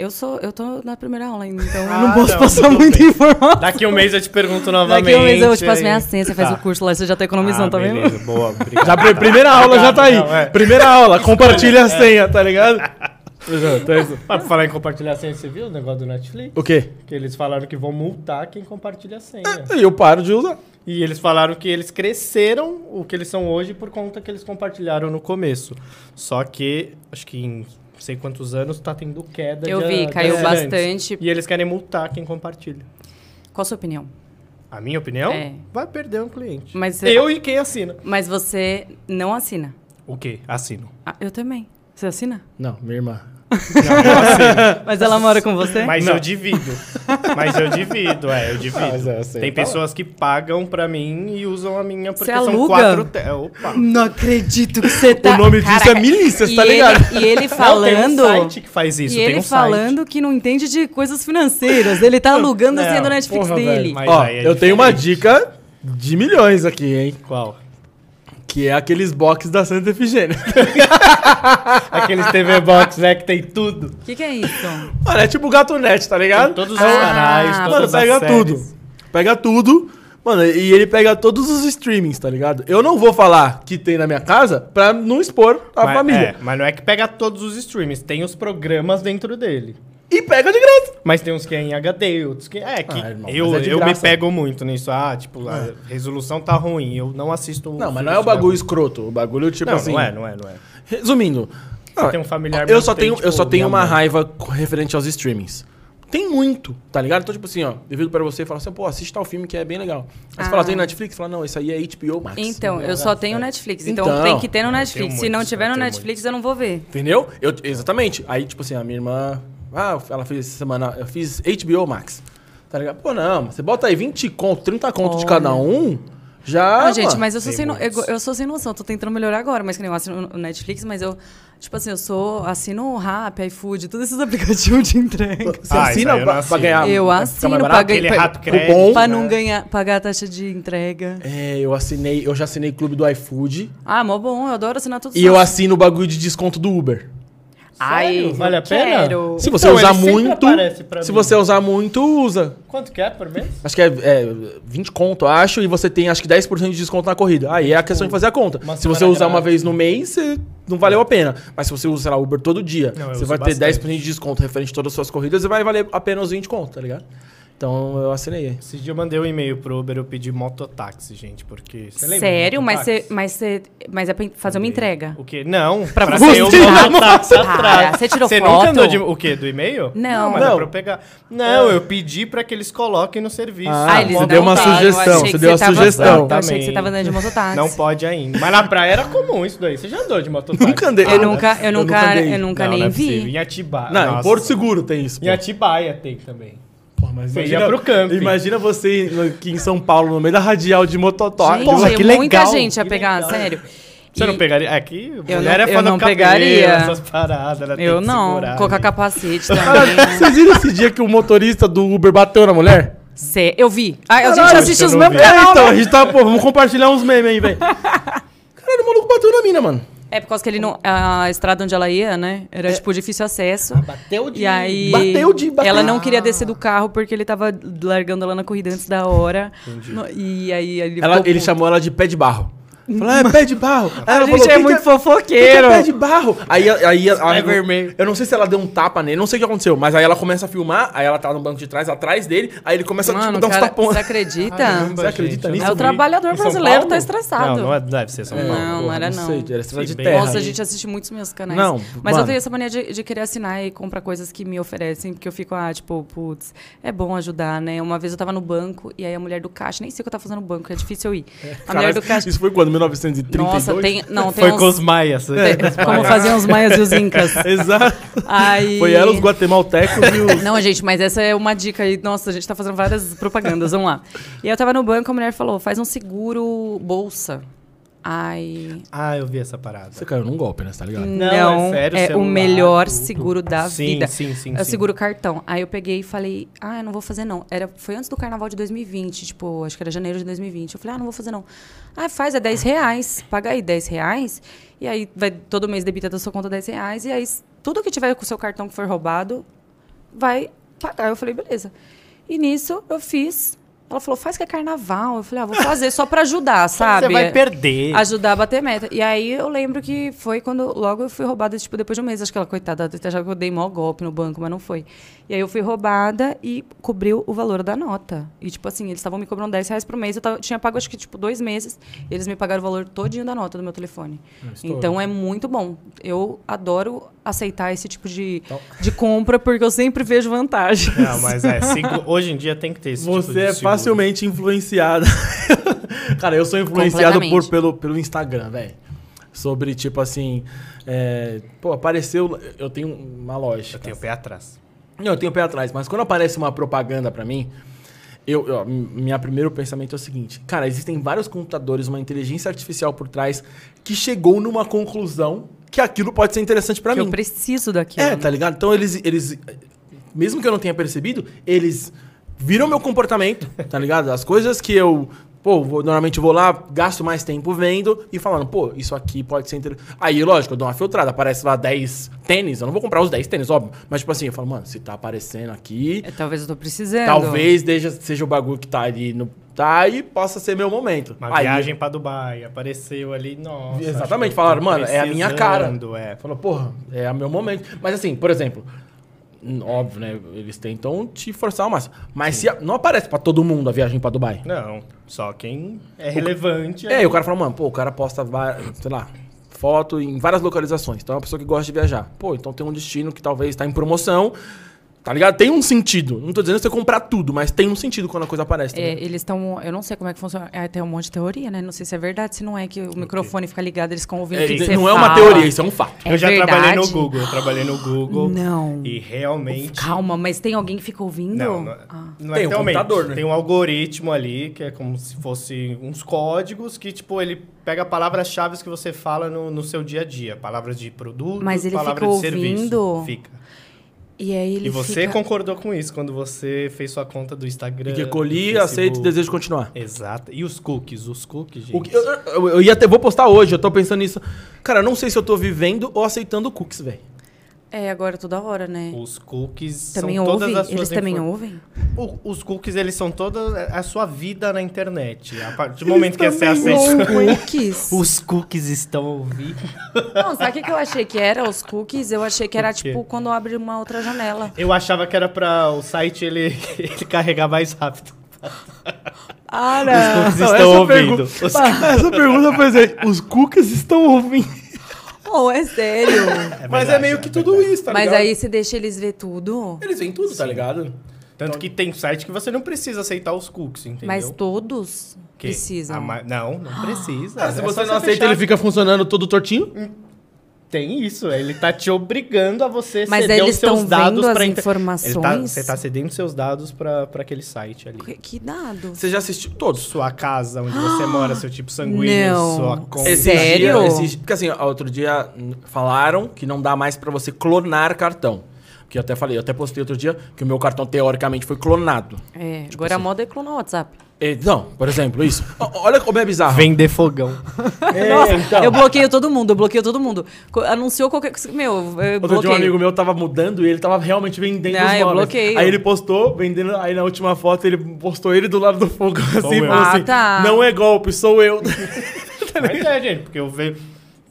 D: Eu sou, eu tô na primeira aula ainda, então eu
B: Ah,
D: não posso
B: não,
D: passar
B: tudo
D: muita
B: bem.
D: informação.
B: Daqui um mês eu te pergunto novamente.
D: Daqui a um mês eu te passo
B: aí.
D: minha senha, você faz
B: Tá.
D: o curso lá, você já tá economizando,
B: Ah,
D: tá vendo?
B: beleza, boa, obrigado.
A: Já, pri- primeira aula já tá aí.
B: Não, é.
A: Primeira aula, compartilha a senha, tá ligado?
B: tá
A: Exato, é isso.
B: Mas pra falar em compartilhar a senha, você viu o negócio do Netflix?
A: O quê?
B: Que eles falaram que vão multar quem compartilha a senha.
A: E eu paro de usar.
B: E eles falaram que eles cresceram o que eles são hoje por conta que eles compartilharam no começo. Só que, acho que em não sei quantos anos, tá tendo queda
D: Eu
B: de-
D: vi,
B: de
D: caiu
B: assinantes.
D: bastante.
B: E eles querem multar quem compartilha.
D: Qual a sua opinião?
B: A minha opinião?
D: É.
B: Vai perder um cliente.
D: Mas é- você-
B: eu e quem assina.
D: Mas você não assina.
B: O quê? Assino.
D: Ah, eu também. Você assina?
A: Não, minha irmã.
D: Mas ela mora com você?
B: É. Mas eu divido. Mas eu divido, é, eu divido.
A: mas é, eu sei
B: Tem
A: falar.
B: pessoas que pagam pra mim e usam a minha porque
D: Você
B: são
D: aluga?
B: quatro... Te... Opa.
D: Não acredito que você tá.
A: O nome disso é milícia, você
D: E
A: tá
D: ele-
A: ligado?
D: E ele
B: Não, tem um
D: falando.
B: site que faz isso,
D: e
B: tem
D: ele
B: um site.
D: falando que não entende de coisas financeiras. Ele tá alugando assim
B: Não,
D: do Netflix
A: porra,
D: dele.
A: velho,
B: Mas
A: Ó,
B: aí é
A: eu tenho uma
B: diferente.
A: dica de milhões aqui, hein?
B: Qual?
A: Que é aqueles boxes da Santa Efigênia.
B: Aqueles TV Box, né, que tem tudo.
D: O que, que é isso?
A: Mano, é tipo o Gato Net, tá ligado?
B: Tem todos os Ah,
A: É um-
B: canais,
D: Ah,
A: Mano,
B: todas as
A: pega
B: séries.
A: tudo. Pega tudo. Mano, e ele pega todos os streamings, tá ligado? Eu não vou falar que tem na minha casa pra não expor a
B: mas,
A: família.
B: é, mas não é que pega todos os streams, tem os programas dentro dele.
A: E pega de graça.
B: Mas tem uns que é em HD, outros que. É, que
A: Ah, irmão,
B: eu,
A: mas é de
B: eu me
A: graça.
B: pego muito nisso. Ah, tipo, a resolução tá ruim, eu não assisto.
A: Não,
B: os
A: mas não é o
B: filmes
A: bagulho
B: da-
A: escroto. O bagulho, tipo
B: Não,
A: assim.
B: não é, não é, não é.
A: Resumindo. Não,
B: tenho um familiar meu
A: eu
B: que
A: só
B: tem,
A: tenho,
B: tipo,
A: eu só tenho
B: minha
A: uma
B: mãe.
A: raiva co- referente aos streamings. Tem muito, tá ligado? Então, tipo assim, ó, eu viro pra você e falo assim, pô, assiste tal filme que é bem legal. Aí você
D: Ah.
A: fala, tem Netflix? Fala, não, isso aí é HBO Max.
D: Então, eu só tenho Netflix. Então,
A: Então.
D: tem que ter no Netflix.
B: tenho
D: Se não
B: muitos,
D: tiver
B: eu
D: no
B: tenho
D: Netflix, eu não vou ver.
A: Entendeu? Eu, exatamente. Aí, tipo assim, a minha irmã. Ah, ela fez essa semana. Eu fiz HBO Max. Tá ligado? Pô, não, mas você bota aí 20 conto, 30 conto de cada um. Já.
D: Ah, gente,
A: mano.
D: mas eu sou,
B: tem
D: sem no- eu,
B: muitos.
D: eu sou sem noção. Eu tô tentando melhorar agora, mas que nem eu assino o Netflix, mas eu... Tipo assim, eu sou... Assino o Rap, iFood, todos esses aplicativos de entrega.
A: Você
B: Ah, isso
A: assina
B: aí
A: pra,
B: eu não
A: pra
B: assino.
A: ganhar.
D: Eu
A: pra ficar mais
D: assino,
A: barato? é
D: paguei-
B: Aquele rato crédito.
A: Cupom.
D: Pra não
B: né?
D: ganhar, pagar a taxa de entrega.
A: É, eu assinei, eu já assinei clube do iFood
D: Ah, mó bom, eu adoro assinar tudo
A: e eu assino o bagulho de desconto do Uber.
D: Ai,
B: Sério? Vale a
D: não
B: pena?
D: quero.
A: Se você
B: Então,
A: usar
B: ele sempre
A: muito.
B: aparece pra
A: Se
B: mim.
A: você usar muito, usa.
B: Quanto que é por mês?
A: Acho que é, é 20 conto, eu acho, e você tem acho que 10% de desconto na corrida. Aí é a questão de fazer a conta.
B: uma
A: Se você
B: semana
A: usar uma
B: grátis.
A: vez no mês, você não valeu a pena. Mas se você usa, sei lá, Uber todo dia,
B: Não, eu
A: você
B: uso
A: vai ter
B: bastante.
A: 10% de desconto referente a todas as suas corridas e vai valer apenas os 20 conto, tá ligado? Então eu assinei.
B: Esse dia eu mandei um e-mail pro Uber, eu pedi mototáxi, gente, porque. Você lembra
D: Sério?
B: do
D: Mas,
B: mototáxi?
D: você, mas, você, mas é pra fazer uma entrega.
B: O quê? Não,
D: Pra
B: pra
D: você
B: ter o
D: tirar
B: mototáxi
D: foto.
B: atrás.
D: Cara, você tirou
B: nunca
D: foto?
B: andou de... O quê? Do e-mail?
D: Não.
B: mas é
A: Não.
B: pra eu pegar. Não, eu pedi pra que eles coloquem no serviço.
A: Ah,
D: Ah,
A: eles
B: Mototáxi.
A: você deu uma
D: dão, tá? Eu
A: sugestão,
D: achei que
A: você deu a
D: tava-
A: sugestão.
D: Eu achei que você tava andando de mototáxi.
B: Não pode ainda. Mas na praia era comum isso daí. Você já andou de mototáxi?
A: Nunca andei.
D: Eu nunca, eu
A: Eu nunca
D: nunca,
A: dei.
D: eu nunca
B: Não,
D: nem
B: não é possível.
D: vi.
B: Em Atibaia.
A: Não, em
B: Nossa.
A: Porto Seguro tem isso.
B: Em Atibaia tem também.
A: Pô, mas
B: Você ia pro camping.
A: Imagina você aqui em São Paulo, no meio da radial de mototóxico.
B: é
D: Gente, é muita gente ia pegar, sério.
B: Você
D: E
B: não pegaria? Aqui,
D: Eu
B: mulher
D: não-
B: é
D: eu
B: fã do
D: não
B: cabelo,
D: pegaria.
B: essas paradas. né? Tem
D: Eu
B: que
D: não.
B: segurar né?
D: Colocar
B: ali.
D: capacete também.
A: Cara, vocês viram esse dia que o motorista do Uber bateu na mulher?
D: Cê- eu vi. Ah, a gente
A: Caralho,
D: assistiu os
B: eu não
D: mesmos
B: vi.
A: É,
D: canal,
A: então, a
D: né?
A: gente tá, pô, vamos compartilhar uns memes aí, velho. Caralho, o maluco bateu na mina, mano.
D: É por causa que ele não. A estrada onde ela ia, né? Era tipo difícil acesso.
B: Bateu de...
D: E aí.
A: Bateu de- bateu.
D: Ela não queria descer do carro porque ele tava largando ela na corrida antes da hora. No- e aí ele.
A: Ela-
D: ficou
A: ele
D: puto.
A: chamou ela de pé de barro. Falou, é pé de barro. Aí
D: A
A: ela
D: gente
A: falou,
D: é
A: "Que
D: muito
A: que
D: fofoqueiro.
A: que que é pé de barro. Aí, aí, aí-
B: vermelho.
A: Eu não sei se ela deu um tapa nele, não sei o que aconteceu, mas aí ela começa a filmar, aí ela tá no banco de trás, atrás dele, aí ele começa a
D: Mano,
A: tipo, dar uns
D: cara,
A: tapões.
D: você acredita?
B: Caramba,
A: Você acredita
B: gente, eu
A: nisso?
D: É o
B: não sabia.
D: trabalhador
B: Em São
D: brasileiro
B: Paulo?
D: tá estressado.
B: Não, não é- deve ser São Paulo.
D: Não, não era
A: não
D: não.
A: sei, era estrada
B: Sim,
A: de
B: bem.
A: terra.
D: Nossa, a
A: ali.
D: gente assiste muitos meus canais.
A: Não,
D: Mas
A: mano.
D: eu tenho essa mania de, de querer assinar e comprar coisas que me oferecem, porque eu fico, ah, tipo, putz, é bom ajudar, né? Uma vez eu tava no banco e aí a mulher do caixa, nem sei o que eu tava fazendo no banco, é difícil eu ir. A mulher
A: Caralho,
D: do caixa.
A: Isso foi quando? 1932?
D: Nossa, tem. Não, tem
B: Foi
D: uns-
B: com os maias.
D: tem- Como faziam os maias e os incas.
A: Exato.
D: Aí...
A: Foi ela, os guatemaltecos e os...
D: Não, gente, mas essa é uma dica aí. Nossa, a gente tá fazendo várias propagandas, vamos lá. E aí eu tava no banco, a mulher falou, faz um seguro bolsa. Ai...
B: Ah, eu vi essa parada.
A: Você caiu num golpe, né? Você tá ligado?
B: Não, é
D: Não, é,
B: sério,
D: o
B: celular,
D: melhor
B: tudo.
D: seguro da
B: Sim,
D: vida.
B: sim, sim,
D: É o
B: sim.
D: seguro cartão. Aí eu peguei e falei, ah, eu não vou fazer não. Era, foi antes do carnaval de 2020, tipo, acho que era janeiro de 2020. Eu falei, ah, não vou fazer não. Ah, faz, é 10 reais. Paga aí 10 reais. E aí vai todo mês debita da sua conta 10 reais. E aí s- tudo que tiver com o seu cartão que for roubado, vai pagar. Eu falei, beleza. E nisso eu fiz. Ela falou, faz que é carnaval. Eu falei, ah, vou fazer só pra ajudar, sabe?
B: Você vai perder.
D: ajudar a bater meta. E aí eu lembro que foi quando logo eu fui roubada, tipo, depois de um mês. Acho que ela, coitada, até achava que eu dei mó golpe no banco, mas não foi. E aí eu fui roubada e cobriu o valor da nota. E, tipo assim, eles estavam me cobrando 10 reais por mês. Eu tava- tinha pago, acho que, tipo, dois meses. E eles me pagaram o valor todinho da nota do meu telefone. Então é muito bom. Eu adoro aceitar esse tipo de, de compra, porque eu sempre vejo vantagens.
B: Não, mas é. segu- Hoje em dia tem que ter esse tipo de
A: Você é
B: seguro.
A: facilmente influenciada. Cara, eu sou influenciado por,
D: Completamente.
A: pelo, pelo Instagram, velho. Sobre, tipo assim. é, pô, apareceu. Eu tenho uma
B: Eu
A: lógica.
B: tenho o pé atrás.
A: Não, eu tenho o pé atrás, mas quando aparece uma propaganda pra mim, eu, eu m- minha primeiro pensamento é o seguinte: cara, existem vários computadores, uma inteligência artificial por trás que chegou numa conclusão que aquilo pode ser interessante pra
D: Que
A: mim.
D: eu preciso daquilo.
A: É, tá ligado? Então eles, eles. Mesmo que eu não tenha percebido, eles viram meu comportamento, tá ligado? As coisas que eu. Pô, vou- normalmente eu vou lá, gasto mais tempo vendo e falando, pô, isso aqui pode ser interessante. Aí, lógico, eu dou uma filtrada, aparece lá 10 tênis, eu não vou comprar os 10 tênis, óbvio. Mas, tipo assim, eu falo, mano, se tá aparecendo aqui,
D: É, Talvez eu tô precisando.
A: talvez deixa- seja o bagulho que tá ali no. Tá aí, possa ser meu momento.
B: Uma
A: Aí-
B: viagem pra Dubai. Apareceu ali. Nossa. acho que
A: Exatamente,
B: eu
A: falaram,
B: tô
A: mano, é a minha cara.
B: precisando", É.
A: Falou, porra, é o meu momento. Mas assim, por exemplo, n- óbvio, né? Eles tentam te forçar ao máximo. Mas se a- não aparece pra todo mundo a viagem pra Dubai.
B: Não, só quem é relevante.
A: É, e o cara fala, mano, pô, o cara posta, va- sei lá, foto em várias localizações. Então é uma pessoa que gosta de viajar. Pô, então tem um destino que talvez tá em promoção. Tá ligado? Tem um sentido. Não tô dizendo você comprar tudo, mas tem um sentido quando a coisa aparece. tá
D: É,
A: ligado?
D: eles estão. Eu não sei como é que funciona. É, tem um monte de teoria, né? Não sei se é verdade, se não é que o microfone fica ligado, eles ficam ouvindo o
A: É,
D: que
A: de-
D: você
A: não é uma
D: fala.
A: teoria, isso é um fato.
D: É
B: eu já trabalhei no
D: verdade?
B: Google. Eu trabalhei no Google.
D: Não.
B: E realmente.
D: Calma, mas tem alguém que fica ouvindo?
B: Não, não, é-
D: Ah.
B: não
A: Tem
B: é
A: um
B: realmente.
A: computador, né?
B: Tem um algoritmo ali, que é como se fosse uns códigos que, tipo, ele pega palavras-chave que você fala no, no seu dia a dia. Palavras de produto,
D: Mas ele
B: palavras de
D: fica
B: serviço.
D: ouvindo?
B: Fica.
D: E aí ele
B: e você
D: fica...
B: concordou com isso quando você fez sua conta do Instagram.
A: Porque
B: do
A: colhi,
B: É, Facebook.
A: aceito e desejo continuar.
B: Exato. E os cookies? Os cookies, gente.
A: O que- eu, eu- eu ia até vou postar hoje, eu tô pensando nisso. Cara, eu não sei se eu tô vivendo ou aceitando cookies, velho.
D: É, agora toda hora, né?
B: Os cookies
D: Também
B: são todas
D: ouvem?
B: as suas
D: Eles também
B: infor-
D: ouvem?
B: O- os cookies, eles são toda a sua vida na internet. A partir do momento que você acessa...
D: Ou cookies?
B: Os cookies estão ouvindo.
D: Não, sabe o que que eu achei que era? Os cookies? Eu achei que era,
B: Por quê?
D: tipo, quando abre uma outra janela.
B: Eu achava que era pra o site ele, ele carregar mais rápido.
D: Ah,
B: Os
D: não.
B: cookies
A: é
B: estão ouvindo. Os-
A: Ah, Essa é pergunta eu pensei, os cookies estão ouvindo.
D: Oh, é sério.
A: Mas é
B: verdade,
A: meio que
B: é
A: tudo
B: verdade.
A: isso, tá
D: mas
A: ligado?
D: aí você deixa eles ver tudo?
A: Eles veem tudo, tá ligado?
B: Tanto que tem site que você não precisa aceitar os cookies, entendeu?
D: Mas todos
B: Que a
D: precisam.
B: ma- Não, não precisa.
A: se
B: É
A: você
B: só
A: não aceita,
B: fechar.
A: ele fica funcionando todo tortinho?
B: Tem isso, ele tá te obrigando a você
D: Mas
B: ceder
D: eles
B: os seus
D: tão
B: dados pra
D: vendo as
B: inter- Ele tá-
D: informações?
B: Você tá cedendo seus dados pra, pra aquele site ali.
D: Que, que dado?
A: Você já assistiu todos?
B: Sua casa, onde você mora, seu tipo sanguíneo,
D: Não.
B: sua conta.
D: Esse- Sério?
A: dia- esse- porque assim, ó, outro dia hum, falaram que não dá mais pra você clonar cartão. Que eu até falei, eu até postei outro dia que o meu cartão teoricamente foi clonado.
D: É, agora a moda é clonar o WhatsApp.
A: E, não, por exemplo, isso. Ó, Olha como é bizarro.
B: Vender fogão.
D: Nossa,
A: então.
D: eu bloqueio todo mundo, eu bloqueio todo mundo. Co- Anunciou qualquer coisa. Meu, eu
A: Outro dia um
D: bloqueio.
A: amigo meu tava mudando e ele tava realmente vendendo
D: Ah,
A: os
D: eu
A: móveis.
D: bloqueio.
A: Aí ele postou, vendendo, aí na última foto ele postou ele do lado do fogo, assim, e
B: eu.
A: falou
D: Ah,
A: assim,
D: tá.
A: não é golpe, sou eu.
B: Mas é, gente, porque eu vejo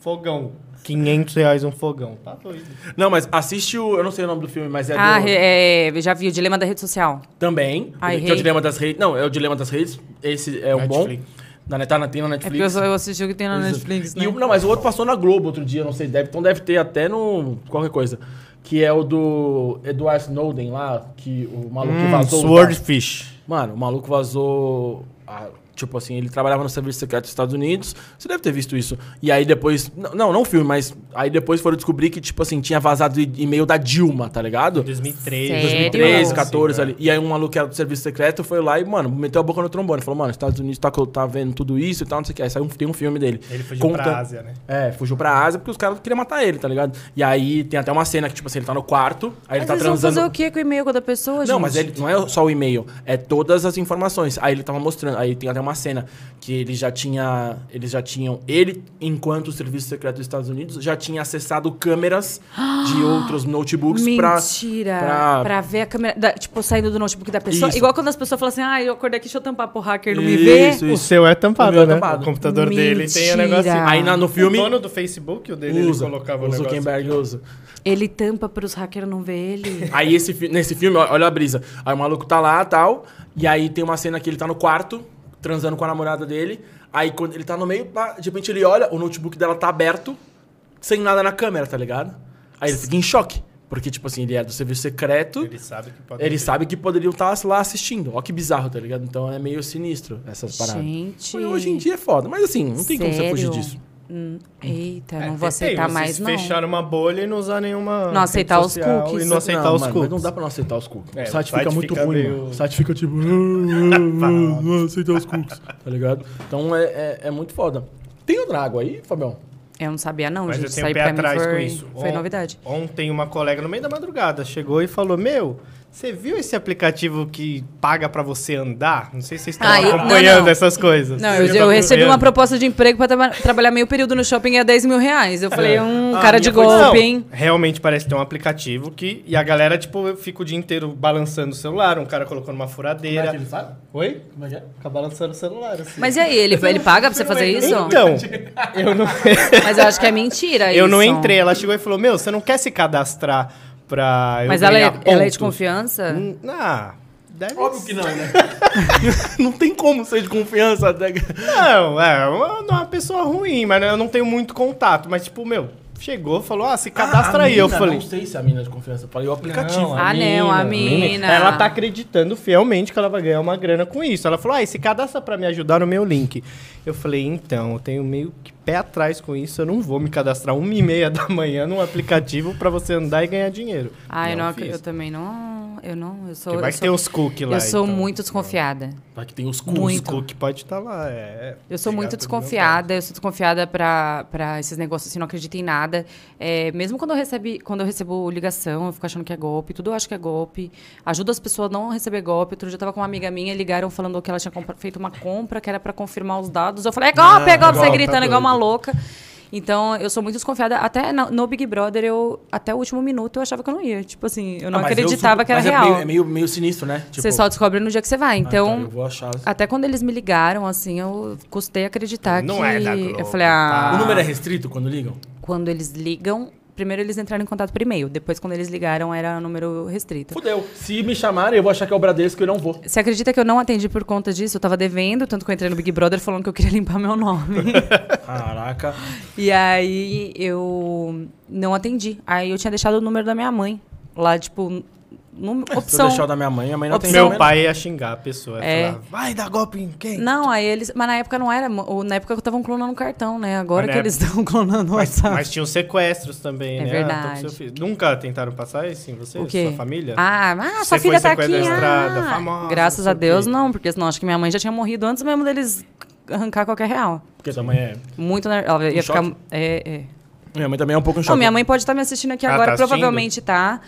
B: fogão. 500 reais um fogão. Tá doido.
A: não, mas assiste o, eu não sei o nome do filme, mas é
D: Ah,
A: do,
D: é, é, já vi o dilema da rede social.
A: também,
D: Ai,
A: que é o
D: rei.
A: Dilema das Redes, não, é o Dilema das Redes, esse é o
B: Netflix.
A: bom. Na net, tá na- tem na
D: É
A: Netflix.
D: porque eu, só- eu assisti o que tem na Netflix, né?
A: E o- não, mas o outro passou na Globo outro dia, não sei, deve, então deve ter até no qualquer coisa. Que é o do Edward
B: Hum,
A: Hum,
B: um
A: Snowden lá, que o maluco que vazou. um o-
B: Swordfish.
A: Mano, o maluco vazou a- Tipo assim, ele trabalhava no serviço secreto dos Estados Unidos. Você deve ter visto isso. E aí depois. n- Não, não o filme, mas aí depois foram descobrir que, tipo assim, tinha vazado e- e-mail da Dilma, tá ligado?
B: 2013.
D: Sério?
A: 2013,
D: 2013,
B: é.
A: 14 ali. E aí um maluco que era do serviço secreto foi lá e, mano, meteu a boca no trombone. Falou, mano, Estados Unidos tá, co- tá vendo tudo isso e tal, não sei o que. Aí saiu um, tem um filme dele.
B: Ele fugiu
A: Conta-
B: pra Ásia, né?
A: É, fugiu pra Ásia porque os caras queriam matar ele, tá ligado? E aí tem até uma cena que, tipo assim, ele tá no quarto, aí ele
D: Mas
A: tá
D: eles vão
A: transando.
D: fazer o quê com o e-mail da pessoa, gente?
A: Não, mas ele não é só o e-mail, é todas as informações. Aí ele tava mostrando, aí tem até uma cena que ele já tinha, eles já tinham, ele enquanto o serviço secreto dos Estados Unidos já tinha acessado câmeras de outros notebooks pra
D: Mentira.
A: pra-
D: Pra, ver a câmera. da- tipo, saindo do notebook da pessoa.
A: Isso.
D: Igual quando as pessoas falam assim: ah, eu acordei aqui, deixa eu tampar pro hacker não me
A: Isso,
D: ver.
A: isso.
B: O seu é
A: O
B: tampado,
A: meu é
B: né?
A: tampado.
B: O computador dele
A: um
B: tem o negócio.
D: Mentira.
A: assim. Aí na- no filme
B: O dono do Facebook, o dele,
A: usa,
B: ele colocava
A: o
B: o negócio.
A: Zuckerberg usa.
D: Ele tampa pros hackers não ver ele.
A: Aí esse, fi- nesse filme, ó- olha a brisa. Aí o maluco tá lá tal. E aí tem uma cena que ele tá no quarto, transando com a namorada dele. Aí quando ele tá no meio, pá, de repente ele olha, o notebook dela tá aberto, sem nada na câmera, tá ligado? Aí ele fica em choque. Porque, tipo assim, ele é do serviço secreto.
B: Ele sabe que pode
A: Ele
B: ter.
A: sabe que poderiam estar lá assistindo. Ó que bizarro, tá ligado? Então é meio sinistro essas paradas.
D: Gente.
A: Mas Hoje em dia é foda. Mas assim, não tem como você fugir
D: sério?
A: disso.
D: Hum, Eita,
B: É,
D: não vou
B: tentei,
D: aceitar
B: vocês
D: mais, não.
B: Fechar uma bolha e não usar nenhuma.
D: Não aceitar
B: rede
D: os
B: social
D: cookies.
B: E não aceitar os
A: mano,
B: cookies.
A: Mas não dá pra não aceitar os cookies.
B: É,
A: o site
B: o
A: fica
B: site
A: muito
B: fica
A: ruim,
B: meio-
A: mano. O site fica tipo... "Ah, ah, ah, não aceitar os cookies, tá ligado? Então é, é, é muito foda. Tem outra água aí, Fabião?
D: Eu não sabia, não,
B: Mas
D: gente.
B: eu tenho o
D: aí
B: pé
D: pra mim
B: atrás
D: foi,
B: com isso.
D: Foi
B: On-
D: novidade.
B: Ontem uma colega no meio da madrugada chegou e falou: Meu, você viu esse aplicativo que paga pra você andar? Não sei se vocês estão
D: Ah, e- não,
B: acompanhando
D: não.
B: essas coisas.
D: Não, eu, eu recebi uma proposta de emprego pra traba- trabalhar meio período no shopping e ia 10 mil reais. Eu falei, hum,
B: Ah,
D: cara
B: minha
D: de
B: foi-
D: golpe,
B: Não,
D: hein?
B: Realmente parece ter um aplicativo que. E a galera, tipo, fica o dia inteiro balançando o celular. Um cara colocou numa furadeira. Oi?
A: Como é que é?
B: Fica balançando o celular. assim.
D: Mas e aí, ele, ele paga pra você fazer isso?
B: Então, eu não.
D: Mas eu acho que é mentira
B: Eu não
D: isso.
B: entrei. Ela chegou e falou: Meu, você não quer se cadastrar pra. eu
D: Mas ela é,
B: ganhar
D: ela é
B: pontos?"
D: de confiança?
B: Hum, Ah, deve
A: Óbvio que não, né? não tem como ser de confiança. tá Até... que-
B: Não, é uma, não é uma pessoa ruim, mas eu não tenho muito contato. Mas, tipo, meu, chegou, falou, ah, se cadastra
A: Ah, a
B: aí. Eu
A: mina,
B: falei.
A: Não sei se é a mina de confiança. Eu falei o aplicativo.
D: a Ah, não, a mina.
B: Ela tá acreditando fielmente que ela vai ganhar uma grana com isso. Ela falou, ah, e se cadastra pra me ajudar no meu link. Eu falei, então, eu tenho meio que pé atrás com isso. Eu não vou me cadastrar uma e meia da manhã num aplicativo pra você andar e ganhar dinheiro.
D: Ah, eu, não,
B: fiz.
D: acre- eu também não. Eu não. Eu sou.
B: Porque vai
D: eu
B: que
D: sou,
B: tem os cookies lá.
D: eu sou
B: então.
D: muito desconfiada.
A: Vai que tem os cus.
B: Os
D: muito.
B: cookies pode estar lá, é.
D: Eu sou
B: Obrigado
D: muito
B: pelo
D: desconfiada, eu sou desconfiada pra pra esses negócios assim, não acredito em nada. É, mesmo quando eu, recebi, quando eu recebo ligação, eu fico achando que é golpe, tudo eu acho que é golpe. Ajuda as pessoas a não receber golpe. Outro dia eu tava com uma amiga minha, ligaram falando que ela tinha compra- feito uma compra, que era pra confirmar os dados. Eu falei, é golpe,
A: Ah,
D: é golpe, você
B: golpe,
D: gritando
B: tá
D: igual uma
B: doido.
D: louca. Então, eu sou muito desconfiada. Até na- no Big Brother, eu até o último minuto eu achava que eu não ia. Tipo assim, eu não
A: Ah, mas eu
D: acreditava
A: sou-
D: que era
A: mas
D: real.
A: É meio, é meio, meio sinistro, né?
D: Você só descobre no dia que você vai.
A: Ah, então,
D: Então,
A: eu vou achar.
D: até quando eles me ligaram, assim, eu custei acreditar
B: Não
D: que.
B: é da Globo,
D: eu falei, ah.
B: tá?
A: O número é restrito quando ligam?
D: Quando eles ligam, primeiro eles entraram em contato por e-mail. Depois, quando eles ligaram, era número restrito.
A: Fudeu. Se me chamarem, eu vou achar que é o Bradesco e eu não vou.
D: Você acredita que eu não atendi por conta disso? Eu tava devendo, tanto que eu entrei no Big Brother falando que eu queria limpar meu nome.
A: Caraca.
D: e aí eu não atendi. Aí eu tinha deixado o número da minha mãe. Lá, tipo, num,
A: Se eu
D: opção.
A: deixar o da minha mãe, a mãe não tem
D: Opção.
B: Meu
A: nome.
B: pai ia xingar a pessoa. ia
D: É.
B: falar, vai dar golpe em quem?
D: Não, aí eles. Mas na época não era. mo- Na época que estavam clonando cartão, né? Agora
B: Mas
D: que
B: na
D: eles estão clonando o WhatsApp.
B: Mas tinham sequestros também,
D: É
B: né?
D: verdade.
B: Ah, tô com seu filho. Nunca tentaram passar isso em você?
D: O quê?
B: Sua família?
D: Ah, ah
B: Você
D: sua
B: foi
D: filha tá aqui.
B: sequestrada,
D: ah.
B: famosa, não
D: Graças
B: sei
D: a
B: o
D: Deus,
B: quê.
D: não, porque senão acho que minha mãe já tinha morrido antes mesmo deles arrancar qualquer real.
A: Porque sua mãe é.
D: Muito ner- Ela
B: Um
D: ia
A: choque?
D: ficar. É, é.
A: Minha mãe também é um pouco em
D: Não,
A: choque.
D: minha mãe pode estar me assistindo aqui
B: Ah,
D: agora,
B: tá assistindo?
D: provavelmente tá.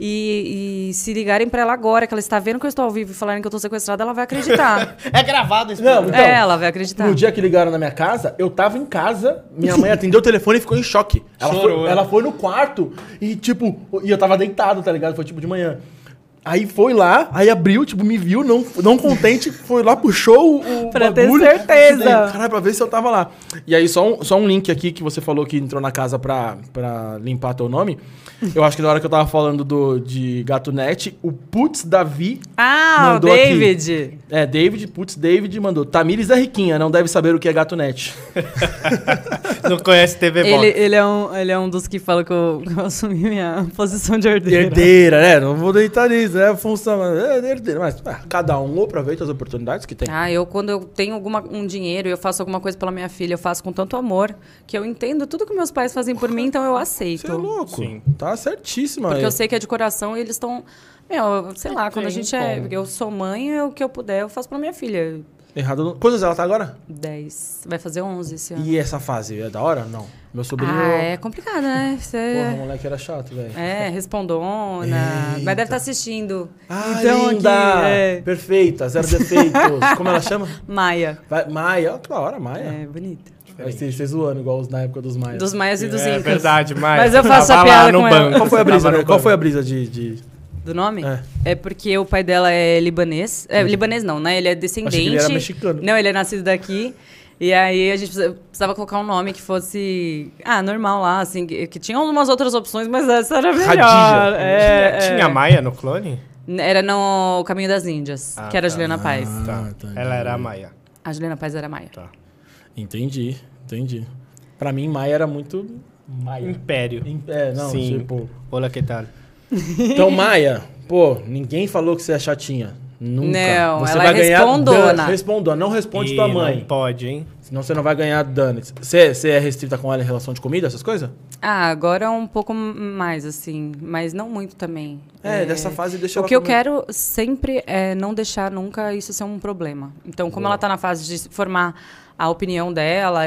D: E, e se ligarem pra ela agora, que ela está vendo que eu estou ao vivo e falarem que eu tô sequestrada, ela vai acreditar.
B: É gravado isso.
A: Não, então.
D: é, ela vai acreditar.
B: um
A: No dia que ligaram na minha casa, eu tava em casa, minha mãe atendeu o telefone e ficou em choque. Ela,
B: Chorou,
A: foi,
B: né?
A: ela foi no quarto e, tipo, e eu tava deitado, tá ligado? Foi tipo de manhã. Aí foi lá, aí abriu, tipo, me viu, não, não contente, foi lá, puxou o, o
D: Pra ter
A: bagulho.
D: certeza.
A: Daí, Caralho, pra ver se eu tava lá. E aí, só um, só um link aqui que você falou que entrou na casa pra, pra limpar teu nome. Eu acho que na hora que eu tava falando do, de Gato Net, o Putz Davi
D: Ah, o
A: Mandou aqui.
D: David.
A: é, David, putz, David mandou. Tamires é riquinha, não deve saber o que é gato net.
B: Não conhece TV
D: Ele,
B: Box.
D: ele, é um, ele é um dos que fala que eu, que eu assumi minha posição de herdeira.
A: né? Herdeira, né? Não vou deitar nisso, é a função. É, herdeira, mas ah, cada um aproveita as oportunidades que que tem.
D: Ah, eu quando eu tenho alguma, um dinheiro e eu faço alguma coisa pela minha filha, eu faço com tanto amor que eu entendo tudo que meus pais fazem por mim, então eu aceito.
A: Você é louco.
B: Sim.
A: Tá certíssima.
D: Porque
A: aí.
D: eu sei que é de coração e eles estão. Meu, sei lá, quando a
B: tem
D: gente é.
B: como.
D: Eu sou mãe, eu- o que eu puder, eu faço pra minha filha.
A: Errado. não- Quantos anos ela tá agora?
D: 10. Vai fazer 11 esse ano.
A: E essa fase? É da hora? Não. Meu sobrinho.
D: Tá. Ah, é complicado,
A: Porra,
D: né?
A: o
D: Você.
A: moleque era chato, velho.
D: É, respondona. Mas deve estar assistindo.
A: Ah,
D: Então, aqui,
A: linda!
D: é.
A: Perfeita, zero defeitos. Como ela chama?
D: Maia.
A: Vai- Maia, ó, que da hora, Maia.
D: É, bonita.
A: Aí vocês vocês zoando, igual os na época dos Maias.
D: Dos Maias e dos
B: É
D: Incas.
B: verdade, mas...
D: assim, Mas eu faço
B: Tava lá
D: a piada
B: no
D: com ela.
B: banco.
A: Qual foi a brisa,
B: Tava
A: né?
B: no
A: Qual foi a
B: banco.
A: brisa de. de-
D: Do nome?
A: É.
D: É. porque o pai dela é libanês. É, libanês não, né? Ele é descendente.
A: Achei que ele era mexicano.
D: Não, ele é nascido daqui. E aí a gente precisa- precisava colocar um nome que fosse. Ah, normal lá, assim. Que, que tinha umas outras opções, mas essa era melhor.
A: Khadija.
D: É,
B: Tinha,
D: é.
B: tinha Maia no clone?
D: Era no Caminho das Índias,
B: Ah,
D: que era a
B: tá.
D: Juliana Paz.
A: Ah,
B: Tá.
A: tá,
B: Ela era a Maia.
D: A Juliana Paz era Maia.
B: Tá.
A: Entendi, entendi. Pra mim, Maia era muito. Maia.
B: Império.
A: É, não,
B: Sim.
A: tipo.
B: Olá, que tal?
A: Então, Maia, pô, ninguém falou que você é chatinha. Nunca.
D: Não,
A: você
D: ela
A: vai
D: é
A: ganhar
D: respondona.
A: dan- Respondona, não responde
B: Ih,
A: tua
B: não
A: mãe.
B: pode, hein?
A: Senão você não vai ganhar dano. Você você é restrita com ela em relação de comida, essas coisas?
D: Ah, agora um pouco mais, assim. Mas não muito também.
A: É, dessa fase deixa
D: O
A: ela
D: que eu
A: comer.
D: quero sempre é não deixar nunca isso ser um problema. Então, como ela está na fase de se formar a opinião dela, a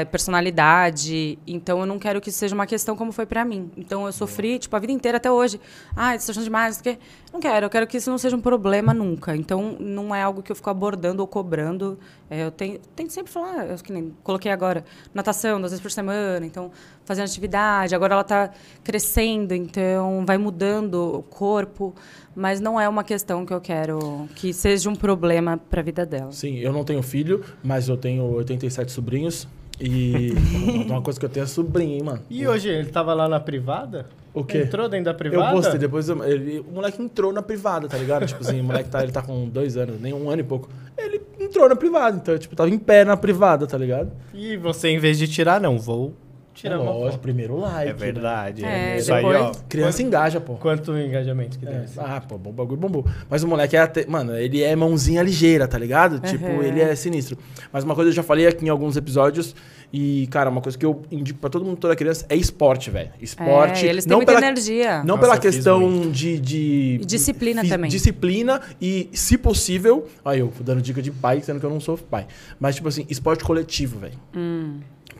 D: personalidade, então eu não quero que isso seja uma questão como foi para mim. Então eu sofri, tipo, a vida inteira até hoje. Ah, isso achando demais, não sei o quê. Não quero, eu quero que isso não seja um problema nunca. Então não é algo que eu fico abordando ou cobrando. É, eu tenho, tenho sempre falar, eu que nem coloquei agora, natação duas vezes por semana, então fazendo atividade. Agora ela está crescendo, então vai mudando o corpo, mas não é uma questão que eu quero que seja um problema para a vida dela.
A: Sim, eu não tenho filho, mas eu tenho 87 sobrinhos. E uma coisa que eu tenho é sobrinho, hein, mano.
B: E hoje, ele tava lá na privada?
A: O quê?
B: Entrou dentro da
A: Eu
B: privada?
A: postei, depois eu- ele- o moleque entrou na privada, tá ligado? Tipo assim, o moleque tá, ele tá com dois anos, nem um ano e pouco. Ele entrou na privada, então eu, tipo, tava em pé na privada, tá ligado?
B: E você, em vez de tirar, não, vou tirar
A: É
B: uma
A: lógico,
B: foto.
A: primeiro like.
B: É verdade.
D: É,
B: isso aí, ó.
D: depois-
A: Criança engaja, pô.
B: Quanto engajamento que
A: É,
B: deu isso?
A: Ah, pô, bom bagulho bombou. Mas o moleque é até. Mano, ele é mãozinha ligeira, tá ligado? Tipo, ele é sinistro. Mas uma coisa eu já falei aqui em alguns episódios. E, cara, uma coisa que eu indico pra todo mundo, toda criança, é esporte, velho. Esporte.
D: É, eles têm muita energia.
A: Não
B: Nossa,
A: pela
B: eu fiz
A: questão
B: muito.
A: de, de.
D: E disciplina
A: fi-
D: também.
A: Disciplina e, se possível. Aí eu dando dica de pai, sendo que eu não sou pai. Mas, tipo assim, esporte coletivo, velho.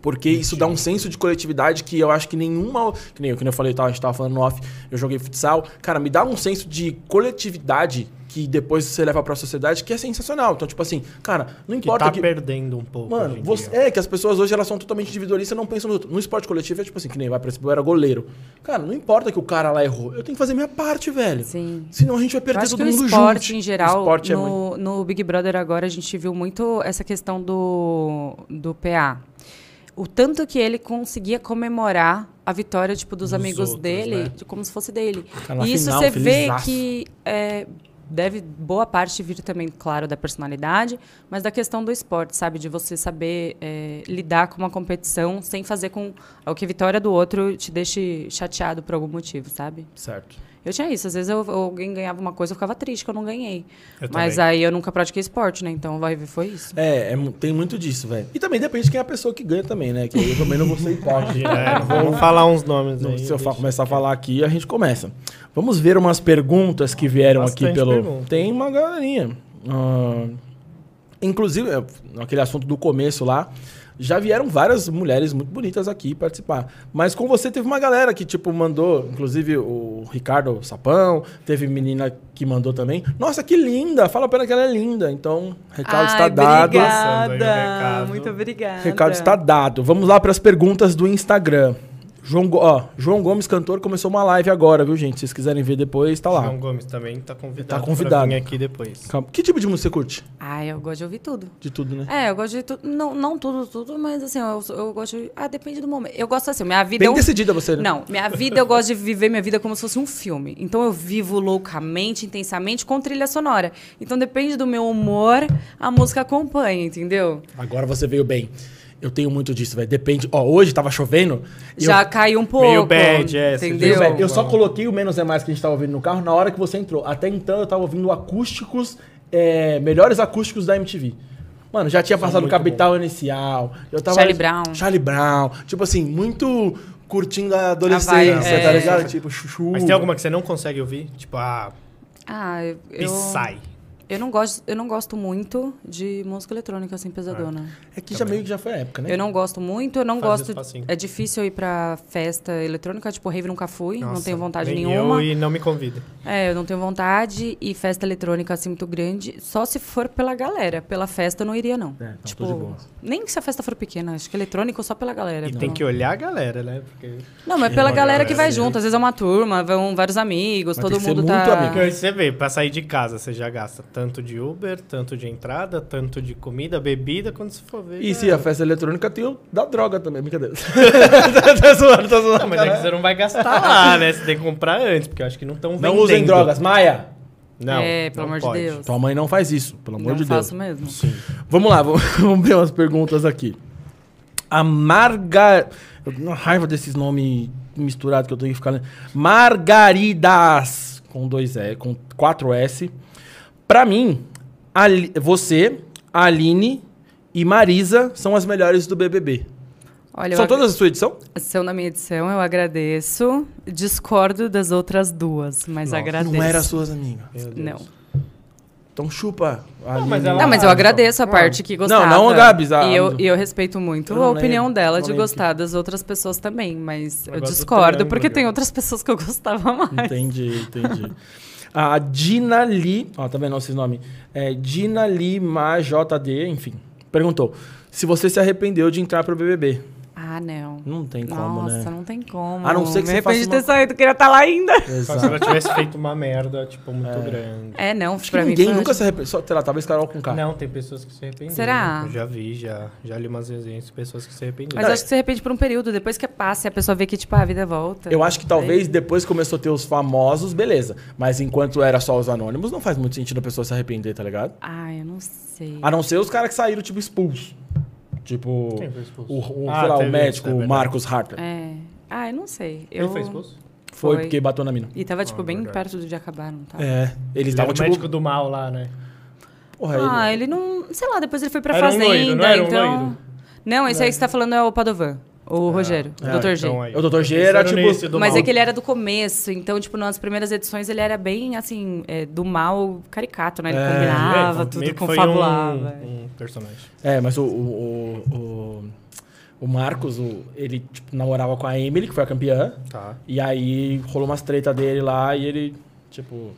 A: Porque isso dá um senso de coletividade que eu acho que nenhuma. Que nem eu, que nem eu falei, tá, a gente tava falando no off, eu joguei futsal. Cara, me dá um senso de coletividade que depois você leva pra sociedade que é sensacional. Então, tipo assim, cara, não
B: Que
A: importa
B: tá
A: que.
B: perdendo um pouco. hoje
A: Mano,
B: em
A: você,
B: dia.
A: é que as pessoas hoje elas são totalmente individualistas e não pensam no outro. No esporte coletivo é tipo assim, que nem vai pra esse eu era goleiro. Cara, não importa que o cara lá errou, eu tenho que fazer minha parte, velho.
D: Sim.
A: Senão a gente vai
D: Eu
A: perder
D: acho
A: todo
D: que o
A: mundo
D: esporte
A: junto.
D: em geral,
A: O esporte é muito.
D: no, no Big Brother agora, a gente viu muito essa questão do, do PA. O tanto que ele conseguia comemorar a vitória tipo, dos,
B: Dos
D: amigos
B: outros,
D: dele,
B: né?
D: de- como se fosse dele.
A: Cara, Tá na
D: e isso
A: final,
D: você vê
A: felizaço.
D: que é, deve boa parte vir também, claro, da personalidade, mas da questão do esporte, sabe? De você saber é, lidar com uma competição sem fazer com que a vitória do outro te deixe chateado por algum motivo, sabe?
A: Certo.
D: Eu tinha isso. Às vezes eu, alguém ganhava uma coisa, eu ficava triste que eu não ganhei.
B: Eu
D: Mas
B: também.
D: aí eu nunca pratiquei esporte, né? Então vai ver, foi isso.
A: É, é mu- tem muito disso, velho. E também depende de quem é a pessoa que ganha também, né? Que aí eu também não vou ser hipócrita.
B: É, vamos falar uns nomes
A: Não,
B: aí.
A: se eu fa-
B: deixa.
A: começar a falar aqui, a gente começa. Vamos ver umas perguntas que vieram aqui
B: Bastante
A: pelo.
B: pergunta.
A: Tem uma galerinha. Ah, inclusive, é, naquele assunto do começo lá, já vieram várias mulheres muito bonitas aqui participar. Mas com você teve uma galera que, tipo, mandou, inclusive o Ricardo Sapão, teve menina que mandou também. Nossa, que linda! Fala pra ela que ela é linda. Então, recado está dado.
B: Passando aí o recado.
D: Muito obrigada.
A: Recado está dado. Vamos lá para as perguntas do Instagram. João, Go- ó, João Gomes Cantor começou uma live agora, viu, gente? Se vocês quiserem ver depois, tá lá.
B: João Gomes também tá convidado.
A: Tá convidado.
B: Pra vir aqui depois.
A: Calma. Que tipo de música você curte?
D: Ah, eu gosto de ouvir tudo.
A: De tudo, né?
D: É, eu gosto de tudo. Não, não tudo, tudo, mas assim, eu, eu gosto de. Ah, depende do momento. Eu gosto assim, minha vida
A: Bem
D: é um
A: decidida você, né?
D: Não, minha vida eu gosto de viver minha vida como se fosse um filme. Então eu vivo loucamente, intensamente, com trilha sonora. Então depende do meu humor, a música acompanha, entendeu?
A: Agora você veio bem. Eu tenho muito disso, velho. Depende. Ó, hoje tava chovendo. e eu-
D: Já caiu um pouco.
B: bad, é, você
D: entendeu?
A: Viu, velho? Eu
B: Deu.
A: só coloquei o Menos é Mais que a gente tava ouvindo no carro na hora que você entrou. Até então eu tava ouvindo acústicos, é, melhores acústicos da MTV. Mano, já tinha passado o Capital Inicial. Eu tava.
D: Charlie Brown.
A: Charlie Brown. Tipo assim, muito curtindo a adolescência,
D: A vibe,
A: tá
D: é.
A: ligado? Tipo, chuchu.
B: Mas tem alguma que você não consegue ouvir? Tipo, ah,
D: Ah, eu, eu,
B: Psy.
D: eu não gosto, eu não gosto muito de música eletrônica assim pesadona.
A: É que já meio que já foi a época, né?
D: Eu não gosto muito, eu não
B: Faz
D: gosto.
B: espacinho.
D: É difícil ir pra festa eletrônica, tipo, rave nunca fui, não
B: Nossa,
D: tenho vontade
B: nem
D: nenhuma.
B: Eu e não me convida.
D: É, eu não tenho vontade e festa eletrônica assim muito grande, só se for pela galera. Pela festa eu não iria, não.
A: É, não, tô
D: tipo,
A: de boa.
D: nem se a festa for pequena, acho que eletrônico só pela galera.
B: E
D: não.
B: tem que olhar a galera, né? Porque,
D: Não, mas pela
B: Olha,
D: galera que vai
B: galera,
D: junto. Às vezes é uma turma, vão vários amigos,
A: Mas tem
D: todo
A: que ser
D: mundo
A: muito
D: tá.
A: amigo.
B: porque você vê, pra sair de casa você já gasta tanto de Uber, tanto de entrada, tanto de comida, bebida, quando você for ver.
A: E
B: já
A: se a festa eletrônica tem o da droga também, brincadeira.
B: tá zoando, tá zoando. Mas é que você não vai gastar lá, né? Você tem que comprar antes, porque eu acho que não estão vendendo.
A: Não usem drogas, Maia!
B: Não.
D: É, pelo
B: não
D: amor de
B: pode.
D: Deus.
A: Tua mãe não faz isso, pelo amor
D: não
A: de Deus.
D: faço mesmo.
A: Vamos lá, vamos, vamos ver umas perguntas aqui. A Marga. Eu tenho uma raiva desses nomes misturados que eu tenho que ficar lendo. Margaridas, com dois E, com quatro S. Pra mim, Ali- você, Aline e Marisa são as melhores do BBB.
D: Olha,
A: são
D: eu todas...
A: todas a sua edição?
D: são na minha edição, eu agradeço. Discordo das outras duas, mas
B: Nossa,
D: agradeço.
A: Não eram as suas amigas.
B: Meu Deus.
D: Não.
A: Então chupa. Aline.
B: mas ela-
D: Não, mas eu
B: Ah,
D: agradeço a parte que gostava.
A: não a Gabs, a-
D: E eu, e eu respeito muito
A: Eu não
D: a opinião
A: lembro,
D: dela
A: não
D: de
A: lembro
D: gostar das outras pessoas também, mas eu,
B: gosto do
D: discordo,
B: triângulo,
D: porque tem
B: Gabi.
D: outras pessoas que eu gostava mais.
A: Entendi, entendi. A Dina Lee, ó, tá vendo esses nomes? É, Dina Lee Ma JD, enfim, perguntou se você se arrependeu de entrar pro BBB.
D: Ah, não.
A: Não tem como,
D: Nossa,
A: né?
D: não tem como.
A: A não ser que
D: Me
A: você faça
D: arrependo de ter
A: uma-
D: saído, queria estar lá ainda.
B: Só se
A: Exato.
B: ela tivesse feito uma merda, tipo, muito grande.
D: É, não,
A: Acho
D: pra
A: que
D: mim
A: ninguém
D: foi-
A: nunca se arrependeu. Só, sei lá, talvez Carol com K.
B: Não, tem pessoas que se arrependeram.
D: Será?
B: Eu já vi, já. Já li umas resenhas de pessoas que se arrependeram.
D: Mas acho que se arrepende por um período, depois que passa e a pessoa vê que, tipo, a vida volta.
A: Eu acho que talvez depois começou a ter os famosos, beleza. Mas enquanto era só os anônimos, não faz muito sentido a pessoa se arrepender, tá ligado?
D: Ah, eu não sei.
A: A não ser os caras que saíram, tipo, expulso. Tipo,
B: Quem foi expulso?
A: o, o,
B: Ah,
A: sei lá, o
B: teve isso,
A: médico,
B: é
A: o
B: verdade.
A: Marcos Harper.
D: É. Ah, eu não sei. Eu...
B: Ele foi expulso? Ah,
A: Foi,
D: foi.
A: porque bateu na mina.
D: E tava, tipo, bem
B: verdade.
D: perto de acabar, não tava?
A: É, eles
B: Ele era
A: estavam
B: o
A: tipo...
B: médico do mal lá, né?
A: Porra, ele-
D: Ah, ele não... Sei lá, depois ele foi pra
B: Era um
D: Fazenda,
B: loiro, não era um
D: então...
B: loiro?
D: Não, esse aí que você tá falando é o Padovan. O Rogério, o Dr. G.
B: Ah, então aí.
A: O Dr. G
B: Pensaram
A: era, tipo,
B: nesse do
D: Mas
B: mal.
D: é que ele era do começo, então, tipo, nas primeiras edições ele era bem, assim, é, do mal caricato, né? Ele
A: É,
D: combinava,
B: É, meio
D: tudo,
B: que foi
D: confabulava.
B: Um, um personagem.
A: É, mas o, o, o, o- o Marcos, o- ele tipo, namorava com a Emily, que foi a campeã.
B: Tá.
A: E aí rolou umas treta dele lá e ele, tipo.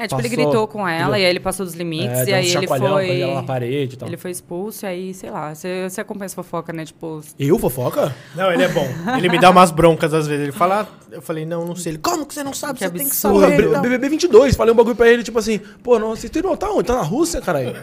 D: É, tipo, ele
A: Passou.
D: gritou com ela,
A: Ele-
D: e aí ele passou dos limites,
A: é,
D: e
A: deu
D: aí ele
A: chacoalhão pra
D: foi...
A: ele lá na parede então. e tal.
D: Ele foi expulso, e aí, sei lá, você, você acompanha essa fofoca, né? Tipo,
A: Eu, fofoca?
B: Não, ele é bom. Ele me dá umas broncas às vezes. Ele fala, ah, eu falei, não, não sei. Ele, como que você não sabe?
D: Que
B: você tem que
D: absurdo.
A: Porra,
B: saber.
A: B-
B: não.
A: BBB 22. Falei um bagulho pra ele, tipo assim, pô, não, você não tá onde? Tá na Rússia, caralho?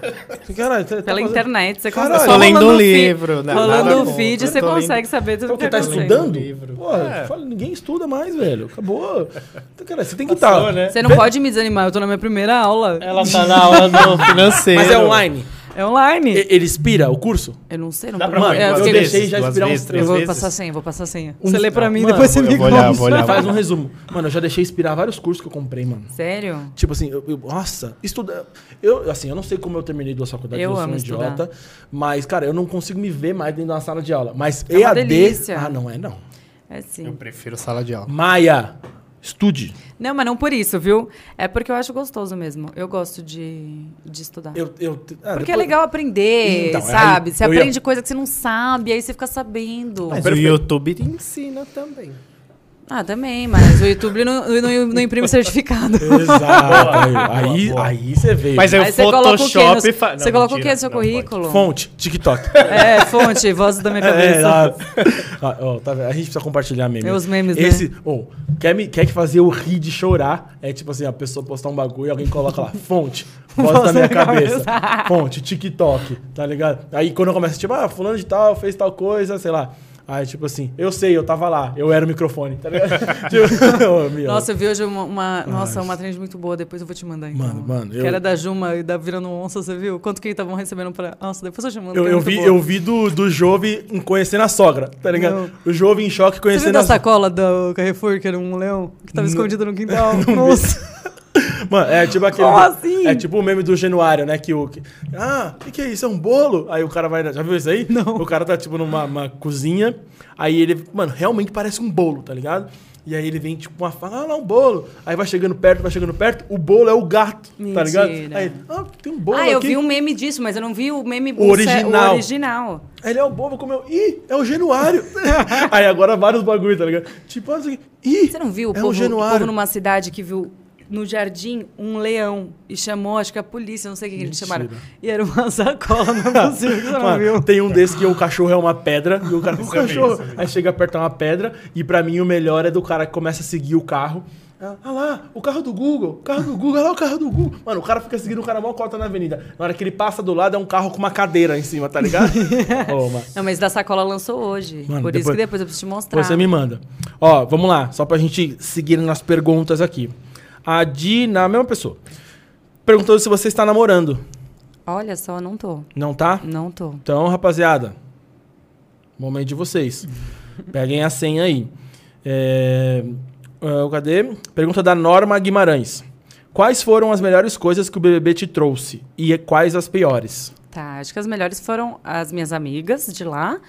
A: Caralho, tá- tá
D: pela
A: fazendo-
D: internet, você
A: Caralho.
D: consegue.
A: Eu tô
B: lendo
D: rolando
B: um
D: o fi-
B: livro, né? Nada
D: Rolando o
B: contra.
D: vídeo,
B: Eu
D: você
B: tô lendo-
D: consegue saber tudo
A: Então,
D: que
A: você tá
D: acontece.
A: estudando?
B: Livro.
A: Porra,
B: É.
A: fala, ninguém estuda mais, velho. Acabou. Então, cara, você tem que
B: Passou,
A: estar.
B: né?
D: Você não pode me desanimar, eu tô na minha primeira aula.
B: Ela tá na aula do financeiro.
A: Mas é online.
D: É online.
A: E- Ele expira o curso?
D: Eu não sei, não
B: Dá pra
A: Mano,
B: mano,
D: é, eu,
A: eu
D: fiquei-
A: deixei já
B: um
A: expirar uns
D: eu
A: três
D: vou passar a senha, vou passar a senha.
A: Um-
D: Você lê pra mim,
A: Mano,
D: depois você
B: eu
D: me
B: vou olhar,
D: conta.
B: vou olhar.
A: Faz um resumo. Mano, eu já deixei expirar vários cursos que eu comprei, mano.
D: Sério?
A: Tipo assim, eu, eu- nossa, estudar. Eu, assim, eu não sei como eu terminei duas faculdades, eu,
D: Eu
A: sou um
D: amo estudar.
A: idiota. Mas, cara, eu não consigo me ver mais dentro da sala de aula. Mas
D: É uma
A: EAD.
D: delícia.
A: Ah, não é não.
D: É
B: Eu
D: sim.
B: prefiro sala de aula.
A: Maia, estude.
D: Não, mas não por isso, viu? É porque eu acho gostoso mesmo. Eu gosto de, de estudar.
A: Eu, eu, ah,
D: Porque é
A: depois-
D: legal aprender,
A: Então, é,
D: sabe? Você
A: eu ia-
D: aprende coisa que você não sabe, aí você fica sabendo.
B: Mas
A: perfeito.
B: o YouTube te ensina também.
D: Ah, também, mas o YouTube não, não, não imprime certificado.
A: Exato. aí, aí você veio.
B: Mas eu
D: Aí
B: Photoshop
D: no-
B: e fa-
D: Você
B: Não,
D: coloca o
B: mentira,
D: que no seu
B: não pode.
D: currículo?
A: Fonte, TikTok.
D: É, fonte, voz da minha
A: É,
D: cabeça.
A: lá- Ah, ó, tá vendo? a gente precisa compartilhar meme.
D: É, os memes, né?
A: Esse, ô, quer, me, quer que fazer eu rir de chorar? É tipo assim, a pessoa postar um bagulho e alguém coloca lá, fonte, voz da minha cabeça. Fonte, TikTok, tá ligado? Aí quando eu começo, tipo, ah, fulano de tal fez tal coisa, sei lá. Aí, tipo assim, eu sei, eu tava lá, eu era o microfone, tá ligado? Tipo, ô, meu.
D: Nossa, eu vi hoje uma, uma- nossa, uma trend muito boa, depois eu vou te mandar então.
A: Mano, mano,
D: Que
A: eu-
D: era da Juma e da Virando Onça, você viu? Quanto que estavam recebendo pra... Nossa, depois eu te mando.
A: eu,
D: que é
A: eu
D: muito
A: vi,
D: boa.
A: eu vi do, do Jove em conhecendo a sogra, tá ligado?
D: Não.
A: O Jove em choque
D: Você viu
A: conhecendo
D: da
A: a sogra.
D: sacola do Carrefour, que era um leão, que tava escondido no quintal?
A: vi.
D: Nossa.
A: Mano, é tipo aquele.
D: Como assim?
A: É tipo o meme do Januário, né? Que o. que- ah, o que, que é isso? É um bolo? Aí o cara vai. Já viu isso aí? Não. O cara tá, tipo, numa uma cozinha. Aí ele. Mano, realmente parece um bolo, tá ligado? E aí ele vem, tipo, uma fala, ah, lá, um bolo. Aí vai chegando perto, vai chegando perto, o bolo é o gato, tá
D: Mentira.
A: ligado? Aí, ah, tem um bolo
D: Ah,
A: aqui.
D: eu vi um meme disso, mas eu não vi o meme
A: O original.
D: O original.
A: Aí ele é o bobo, comeu. Ih, é o Januário. aí agora vários bagulho, tá ligado? Tipo, assim, ih,
D: Você não viu o,
A: é
D: povo,
A: o
D: o
A: Januário.
D: povo numa cidade que viu no jardim um leão e chamou, acho que a polícia, não sei o que, que eles
A: Mentira.
D: chamaram. E era uma sacola, não é possível que você não
A: Mano,
D: viu.
A: Tem um desse que o cachorro é uma pedra e o cara o
B: Isso eu vi,
A: cachorro.
B: isso eu vi.
A: Aí chega perto é uma pedra e pra mim o melhor é do cara que começa a seguir o carro. Ah ah lá, o carro do Google, o carro do Google, olha lá o carro do Google. Mano, o cara fica seguindo o cara mó cota na avenida. Na hora que ele passa do lado é um carro com uma cadeira em cima, tá ligado? Ô, mano.
D: Não, mas da sacola lançou hoje.
A: Mano,
D: Por isso
A: depois-
D: que depois eu preciso te mostrar.
A: Você me manda. Ó, vamos lá, só pra gente seguir nas perguntas aqui. A Dina, a mesma pessoa, perguntou se você está namorando.
D: Olha só, não tô.
A: Não tá?
D: Não tô.
A: Então, rapaziada, momento de vocês. Peguem a senha aí. É, ah, cadê? Pergunta da Norma Guimarães. Quais foram as melhores coisas que o BBB te trouxe e é quais as piores?
D: Tá, acho que as melhores foram as minhas amigas de lá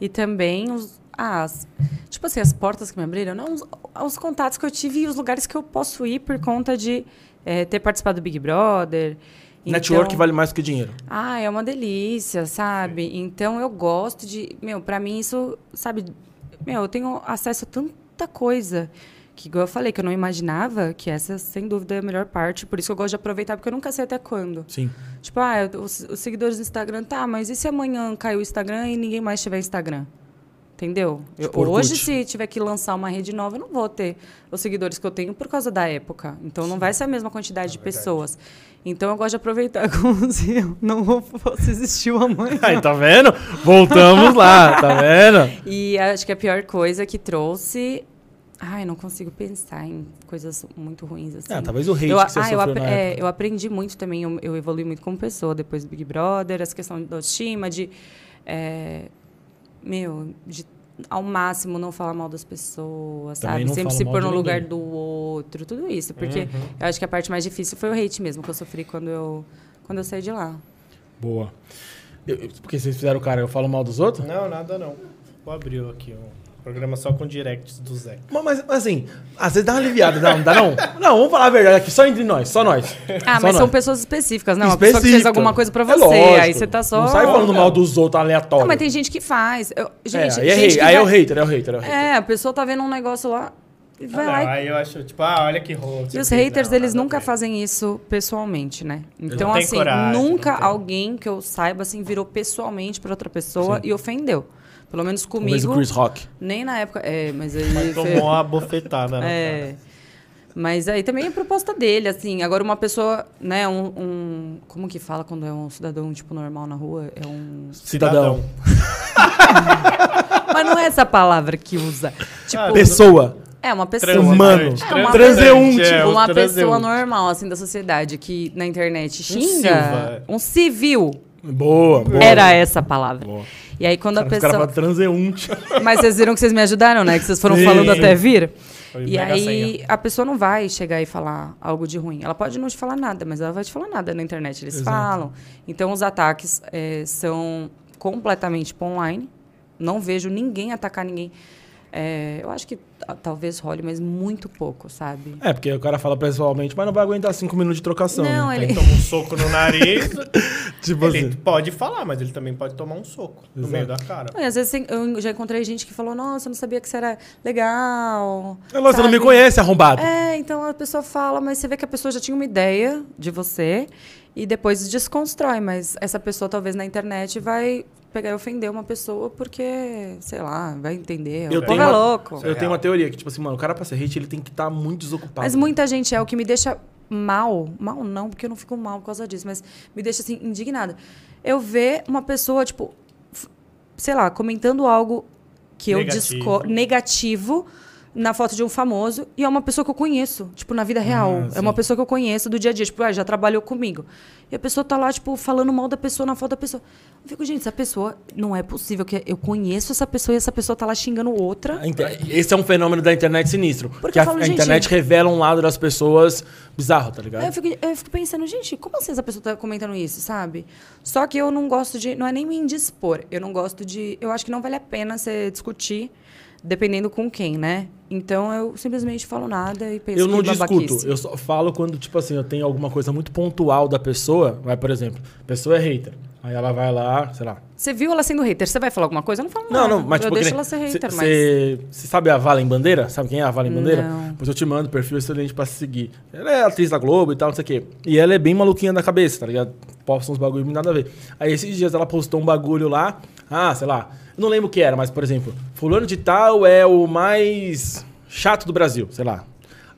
D: e também os, as, tipo assim, as portas que me abriram, não, os, os contatos que eu tive e os lugares que eu posso ir por conta de eh, ter participado do Big Brother.
A: Network
D: Então-
A: vale mais que dinheiro.
D: Ah, é uma delícia, sabe? Então eu gosto de. Meu, pra mim isso, sabe? Meu, eu tenho acesso a tanta coisa que, igual eu falei, que eu não imaginava que essa, sem dúvida, é a melhor parte. Por isso que eu gosto de aproveitar, porque eu nunca sei até quando.
A: Sim.
D: Tipo, ah, eu- os, os seguidores do Instagram, tá, mas e se amanhã caiu o Instagram e ninguém mais tiver Instagram? Entendeu? Eu-
A: Tipo, Orkut.
D: hoje, se tiver que lançar uma rede nova, eu não vou ter os seguidores que eu tenho por causa da época. Então, não vai ser a mesma quantidade de pessoas. Então, eu gosto de aproveitar como se eu não fosse existir o amanhã.
A: Aí, tá vendo? Voltamos lá, tá vendo?
D: E acho que a pior coisa que trouxe... Ai, não consigo pensar em coisas muito ruins assim.
A: Ah, talvez o hate
D: Eu,
A: que você
D: ah, eu,
A: sofreu
D: apre-
A: na
D: é,
A: época.
D: eu aprendi muito também, eu, eu evolui muito como pessoa depois do Big Brother, essa questão da autoestima, de. é, meu, de ao máximo não falar mal das pessoas,
A: Também não
D: sabe? Sempre
A: falo
D: se
A: mal
D: pôr
A: de
D: no lugar
A: ninguém. Uhum.
D: do outro, tudo isso. Porque eu acho que a parte mais difícil foi o hate mesmo que eu sofri quando eu, quando eu saí de lá.
A: Boa. Eu- eu- porque vocês fizeram o cara, eu falo mal dos outros?
B: Não, nada não. Vou abrir aqui um programa só com directs do Zé.
A: Mas, mas, assim, às vezes dá uma aliviada, não, não dá não? Não, vamos falar a verdade aqui, só entre nós, só nós.
D: Ah,
A: É, Só
D: mas são
A: nós.
D: pessoas específicas, não? Uma pessoa que fez
A: Específica.
D: alguma coisa pra
A: É
D: você.
A: lógico.
D: aí você tá só.
A: Não sai falando mal dos outros aleatório.
D: Não, mas tem gente que faz. Eu-
A: É,
D: gente,
A: aí é,
D: gente
A: hate,
D: que
A: aí é
D: vai-
A: o É, hater, é o hater, é o hater.
D: É, a pessoa tá vendo um negócio lá e vai
B: Ah,
D: lá e
B: não, aí eu acho, tipo, ah, olha que rosto.
D: E os
B: aqui.
D: haters,
B: Não,
D: eles
B: nada
D: nunca
B: a ver.
D: fazem isso pessoalmente, né? Então,
B: tem
D: assim,
B: coragem,
D: nunca
B: não tem.
D: alguém que eu saiba, assim, virou pessoalmente pra outra pessoa e ofendeu. Pelo menos
A: Talvez o
D: comigo,
A: Chris Rock.
D: nem na época... É, mas ele... foi-
B: Tomou a bofetada, né?
D: é. Mas aí também é proposta dele, assim. Agora, uma pessoa, né, um, um- Como que fala quando é um cidadão, tipo, normal na rua? É um...
A: Cidadão.
D: Mas não é essa palavra que usa. Tipo,
B: Ah,
A: Pessoa.
D: é uma pessoa.
B: Transante,
A: Humano.
B: transante,
D: É uma-
A: Transeunte.
B: é,
D: Tipo,
B: o
D: uma
B: transeunte.
D: pessoa normal, assim, da sociedade, que na internet
B: Silva,
D: xinga. Um, civil.
A: Boa, boa.
D: Era essa a palavra. E aí, quando a
A: Os caras falam
D: pessoa.
A: transeunte.
D: Mas vocês viram que vocês me ajudaram, né? Que vocês foram
A: Sim.
D: falando até vir.
B: Foi
D: E
B: mega
D: aí,
B: senha.
D: a pessoa não vai chegar e falar algo de ruim. Ela pode não te falar nada, mas ela vai te falar nada na internet. Eles falam. Então, os ataques eh, são completamente pro online. Não vejo ninguém atacar ninguém. Eh, eu acho que ah, talvez role, mas muito pouco, sabe?
A: É, porque o cara fala pessoalmente, mas não vai aguentar cinco minutos de trocação.
D: Não, é
A: né?
D: ele-
B: Toma um soco no nariz.
A: Tipo
B: ele
A: assim.
B: pode falar, mas ele também pode tomar um soco no meio da cara.
D: Não, e às vezes tem- eu já encontrei gente que falou, nossa, eu não sabia que você era legal.
A: É lógico, você não me
D: sabe?
A: conhece, arrombado.
D: É, então a pessoa fala, mas você vê que a pessoa já tinha uma ideia de você e depois desconstrói. Mas essa pessoa talvez na internet vai pegar e ofender uma pessoa porque, sei lá, vai entender.
A: Eu
D: o
A: tenho
D: povo é
A: uma-
D: louco.
A: Eu tenho uma teoria que, tipo assim, mano, o cara pra ser hate, ele tem que estar muito
B: Tá
A: desocupado.
D: Mas muita gente é o que me deixa mal, mal não, porque eu não fico mal por causa disso, mas me deixa assim indignada. Eu ver uma pessoa tipo, f- sei lá, comentando algo que
B: Negativo.
D: eu discordo negativo na foto de um famoso e é uma pessoa que eu conheço, tipo, na vida real.
B: Ah,
D: é uma
B: sim.
D: pessoa que eu conheço do dia a dia, tipo, ah, já trabalhou comigo. E a pessoa tá lá, tipo, falando mal da pessoa na foto da pessoa. Eu fico, gente, essa pessoa não é possível que eu conheço essa pessoa e essa pessoa tá lá xingando outra.
A: A inter- Esse é um fenômeno da internet sinistro. Porque
D: eu
A: a,
D: falo,
A: a
D: gente,
A: internet revela um lado das pessoas bizarro, tá ligado?
D: Aí eu fico, eu fico pensando, gente, como assim essa pessoa tá comentando isso, sabe? Só que eu não gosto de. Não é nem me indispor. Eu não gosto de. Eu acho que não vale a pena você discutir, dependendo com quem, né? Então eu simplesmente falo nada e penso
A: Eu não
D: que babaquice.
A: discuto, eu só falo quando, tipo assim, eu tenho alguma coisa muito pontual da pessoa. Vai, por exemplo, a pessoa é hater. Aí ela vai lá, sei lá.
D: Você viu ela sendo hater, você vai falar alguma coisa? Eu não falo
A: Não,
D: nada.
A: não, mas
D: Eu
A: tipo,
D: deixo
A: que nem-
D: ela ser hater,
A: cê-
D: mas.
A: cê- Você sabe a Valen Bandeira? Sabe quem é a Valen Bandeira?
D: Não.
A: Pois eu te mando perfil excelente pra seguir. Ela é atriz da Globo e tal, não sei o quê. E ela é bem maluquinha da cabeça, tá ligado? Posta uns bagulho nada a ver. Aí esses dias ela postou um bagulho lá. Ah, sei lá. eu Não lembro o que era, mas por exemplo, Fulano de Tal é o mais chato do Brasil, sei lá.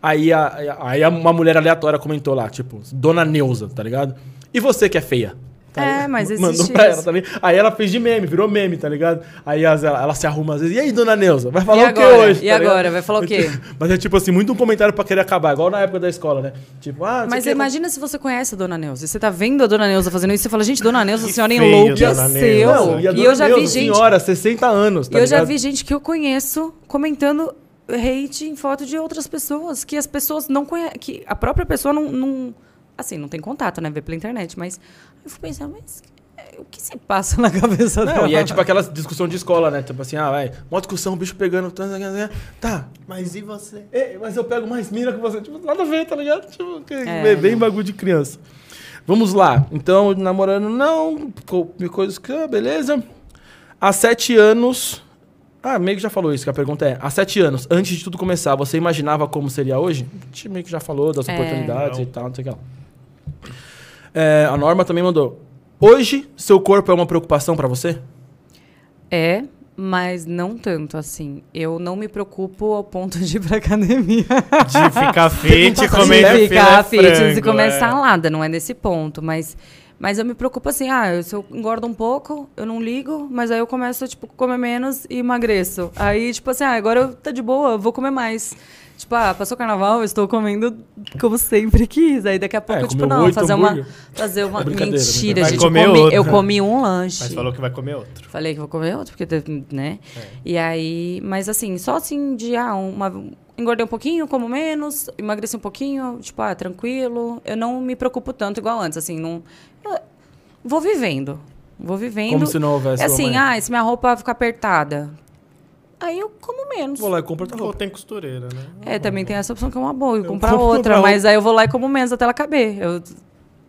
A: Aí, a- aí a- uma mulher aleatória comentou lá, tipo, Dona Neuza, tá ligado? E você que é feia? Tá
D: É,
A: ligado?
D: mas
A: Mandou
D: existe
A: pra ela,
D: isso.
A: tá ligado? Aí ela fez de meme, virou meme, tá ligado? Aí as- ela, ela se arruma às vezes. E aí, dona Neuza? Vai falar
D: E
A: o que
D: agora?
A: hoje?
D: E
A: tá ligado?
D: agora? Vai falar o quê?
A: Mas é tipo assim, muito um comentário pra querer acabar, igual na época da escola, né? Tipo, ah, não sei o
D: Mas
A: quê,
D: imagina se você conhece a Dona Neuza. e Você tá vendo a Dona Neuza fazendo isso e você fala, gente, Dona Neuza, a
B: Que
D: senhora
B: feio,
D: enlouqueceu.
B: Dona Neuza.
A: Não, e a
D: e
A: dona
D: eu já
A: Neuza,
D: vi gente
A: senhora, 60 anos, tá
D: eu já
A: ligado?
D: vi gente que eu conheço comentando hate em foto de outras pessoas, que as pessoas não conhecem, que a própria pessoa não, não- assim, não tem contato, né, vê pela internet, mas eu fico pensando, mas é, o que se passa na cabeça
A: Não,
D: dela?
A: e é tipo aquela discussão de escola, né? Tipo assim, ah, vai, mó discussão, bicho pegando. tá, tá, tá, Tá,
B: Mas e você?
A: É, mas eu pego mais mira que você. Tipo, nada a ver, tá ligado? Tipo, que
D: É.
A: é bem bagulho de criança. Vamos lá. Então, namorando não, co- coisas que... ah, Beleza. Há sete anos... Ah, meio que já falou isso, que a pergunta é... Há sete anos, antes de tudo começar, você imaginava como seria hoje? A gente meio que já falou das
D: É.
A: oportunidades
B: Não.
A: e tal, não sei o que lá. É, a Norma também mandou. Hoje, seu corpo é uma preocupação pra você?
D: É, mas não tanto assim. Eu não me preocupo ao ponto de ir pra academia.
B: De ficar fit e
A: Pergunta
B: comer
A: séria.
B: filé frango,
D: ficar fitness e ah, comer
B: é.
D: salada, não é nesse ponto, mas mas eu me preocupo assim, ah, eu, se eu engordo um pouco, eu não ligo, mas aí eu começo tipo comer menos e emagreço. Aí tipo assim, ah, agora eu tá de boa, eu vou comer mais. Tipo, ah, passou o carnaval, eu estou comendo como sempre quis. Aí daqui a pouco, tipo,
A: É, comeu
D: não,
A: oito
D: fazer uma,
A: hambúrguer. É
D: fazer uma.
A: Brincadeira, brincadeira.
D: Mentira,
B: Vai
D: gente.
B: comer
D: eu, comi, eu
B: outro.
D: comi um lanche.
B: Mas falou que vai comer outro.
D: Falei que vou comer outro, porque, teve, né?
A: É.
D: E aí, mas assim, só assim de, ah, uma, engordei um pouquinho, como menos, emagreci um pouquinho, tipo, ah, tranquilo. Eu não me preocupo tanto igual antes, assim, não... eu vou vivendo, vou vivendo.
A: Como se não houvesse
D: É assim,
A: amanhã.
D: ah, e se minha roupa ficar apertada, aí eu como menos.
A: Vou lá e compro tá? outra
B: Ou
A: roupa.
B: tem costureira, né?
D: É, também tem essa opção que é uma boa, eu
A: Eu
D: comprar
A: compro outra
D: outra,
A: roupa.
D: mas aí eu vou lá e como menos até ela caber. Eu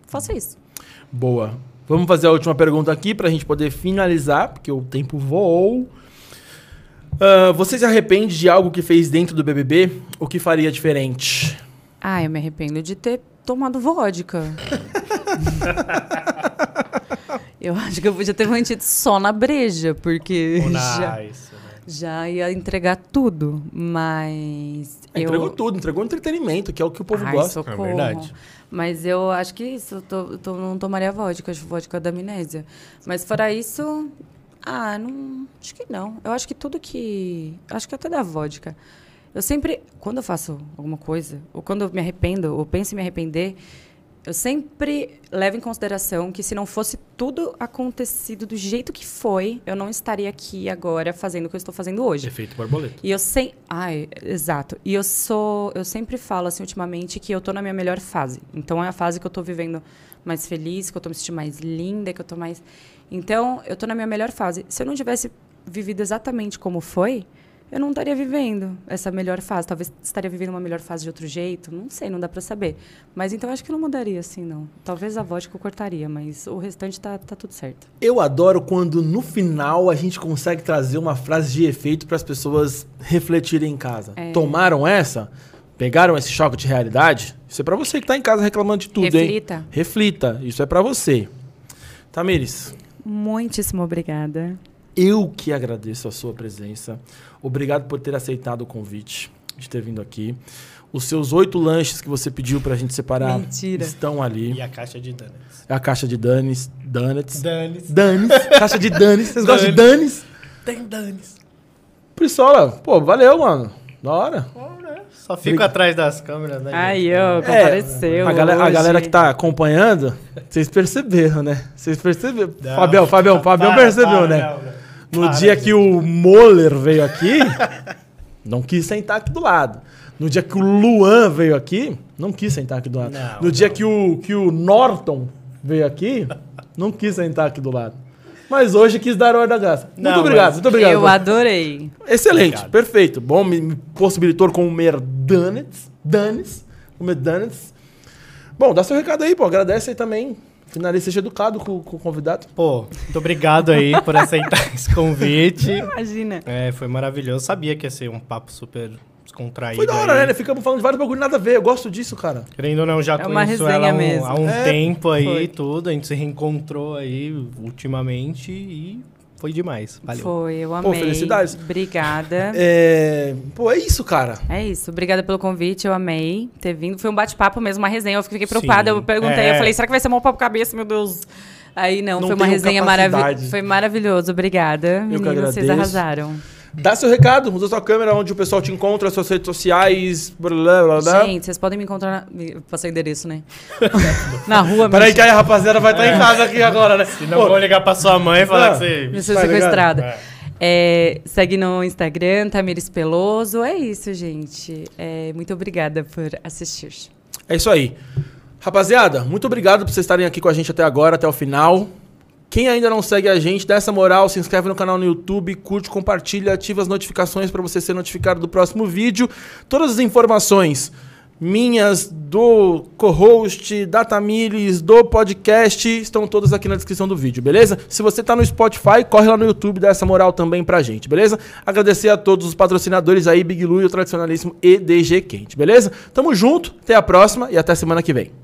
D: faço isso.
A: Boa. Vamos fazer a última pergunta aqui pra gente poder finalizar, porque o tempo voou. Ah, você se arrepende de algo que fez dentro do BBB? O que faria diferente?
D: Ah, eu me arrependo de ter tomado vodka. eu acho que eu podia ter mantido só na breja, porque
B: Ou
D: já,
B: na Ice, né?
D: já ia entregar tudo. Mas
A: Ah, Entregou
D: eu...
A: tudo, entregou entretenimento, que é o que o povo
D: Ai,
A: gosta.
D: socorro.
B: É verdade.
D: Mas eu acho que isso, eu, tô- eu tô- não tomaria vodka, acho vodka da amnésia. Mas fora isso, ah, não, acho que não. Eu acho que tudo que, acho que até da vodka. Eu sempre, quando eu faço alguma coisa, ou quando eu me arrependo, ou penso em me arrepender, eu sempre levo em consideração que se não fosse tudo acontecido do jeito que foi, eu não estaria aqui agora fazendo o que eu estou fazendo hoje.
A: Efeito borboleta.
D: E eu sem, ai, exato. E eu sou, eu sempre falo assim ultimamente que eu tô na minha melhor fase. Então é a fase que eu tô vivendo mais feliz, que eu tô me sentindo mais linda, que eu tô mais Então, eu tô na minha melhor fase. Se eu não tivesse vivido exatamente como foi, eu não estaria vivendo essa melhor fase. Talvez estaria vivendo uma melhor fase de outro jeito, não sei, não dá pra saber. Mas então acho que eu não mudaria assim não. Talvez a vodka eu cortaria, mas o restante tá tá tudo certo.
A: Eu adoro quando no final a gente consegue trazer uma frase de efeito pras pessoas refletirem em casa.
D: É.
A: Tomaram essa? Pegaram esse choque de realidade? Isso é pra você que tá em casa reclamando de tudo, hein?
D: Reflita.
A: Reflita. Isso é pra você. Tamires.
D: Muitíssimo obrigada.
A: Eu que agradeço a sua presença. Obrigado por ter aceitado o convite, de ter vindo aqui. Os seus oito lanches que você pediu pra gente separar
D: Mentira.
A: estão ali.
B: E a caixa de danas.
A: É a caixa de danes, donuts.
B: Danes.
A: Danes. Caixa de danes. Vocês gostam de danes?
B: Tem danes.
A: Prissola, pô, valeu, mano. Da hora.
B: né? Só fico atrás das câmeras, né?
D: Aí,
B: gente?
D: ó, compareceu.
A: é. a, galera, a
D: hoje.
A: galera que tá acompanhando, vocês perceberam, né? Vocês perceberam.
B: Não.
A: Fabião, Fabião, Fabião
B: Para,
A: percebeu,
B: para,
A: né?
B: não, não.
A: No
B: Para,
A: dia
B: gente.
A: que o Moller veio aqui, não quis sentar aqui do lado. No dia que o Luan veio aqui, não quis sentar aqui do lado.
B: Não,
A: no dia que o, que o Norton veio aqui, não quis sentar aqui do lado. Mas hoje quis dar hora da graça.
B: Não,
A: muito obrigado,
B: mas-
A: muito obrigado.
D: Eu adorei.
A: Excelente,
B: Obrigado.
A: perfeito. Bom, me, me possibilitou comer donuts. Donuts. Comer donuts. Bom, dá seu recado aí, pô. Agradece aí também. Finalize, seja educado com, com o convidado.
B: Pô, muito obrigado aí por aceitar esse convite.
D: Imagina.
B: É, foi maravilhoso. Sabia que ia ser um papo super descontraído.
A: Foi da hora,
B: aí.
A: né? Ficamos falando de vários bagulho, nada a ver. Eu gosto disso, cara.
B: Querendo ou não, já
D: É uma
B: conheço
D: resenha
B: ela há um,
D: mesmo.
B: há um
A: É,
B: tempo aí
D: foi.
B: e tudo. A gente se reencontrou aí ultimamente e foi demais. Valeu.
D: Foi, eu
A: Pô,
D: amei.
A: felicidades.
D: Obrigada.
A: É... Pô, é isso, cara.
D: É isso, obrigada pelo convite, eu amei ter vindo. Foi um bate-papo mesmo, uma resenha. Eu fiquei preocupada,
B: Sim,
D: eu perguntei,
B: é.
D: eu falei, será que vai ser mó papo cabeça, meu Deus? Aí não,
A: Não
D: foi uma
A: tenho
D: resenha
A: capacidade.
D: maravilhosa. Foi maravilhoso, obrigada.
A: que
D: Meninos, vocês
A: agradeço.
D: arrasaram.
A: Dá seu recado, usa sua câmera, onde o pessoal te encontra, suas redes sociais. Blá, blá, blá.
D: Gente, vocês podem me encontrar. na- me- Passei o endereço, né? na rua,
A: Peraí que aí a rapaziada vai estar em casa aqui agora, né?
B: É. Se não, vou ligar pra sua mãe e falar
A: Ah.
B: que você...
D: me sou
A: tá ligado?
D: sequestrada.
B: É.
D: É, segue no Instagram, Tamires Peloso. É isso, gente. É, muito obrigada por assistir.
A: É isso aí. Rapaziada, muito obrigado por vocês estarem aqui com a gente até agora, até o final. Quem ainda não segue a gente, dá essa moral, se inscreve no canal no YouTube, curte, compartilha, ativa as notificações para você ser notificado do próximo vídeo. Todas as informações minhas, do co-host, da Tamiles, do podcast, estão todas aqui na descrição do vídeo, beleza? Se você tá no Spotify, corre lá no YouTube, dá essa moral também pra gente, beleza? Agradecer a todos os patrocinadores aí, Big Lu e o tradicionalíssimo EDG Quente, beleza? Tamo junto, até a próxima e até semana que vem.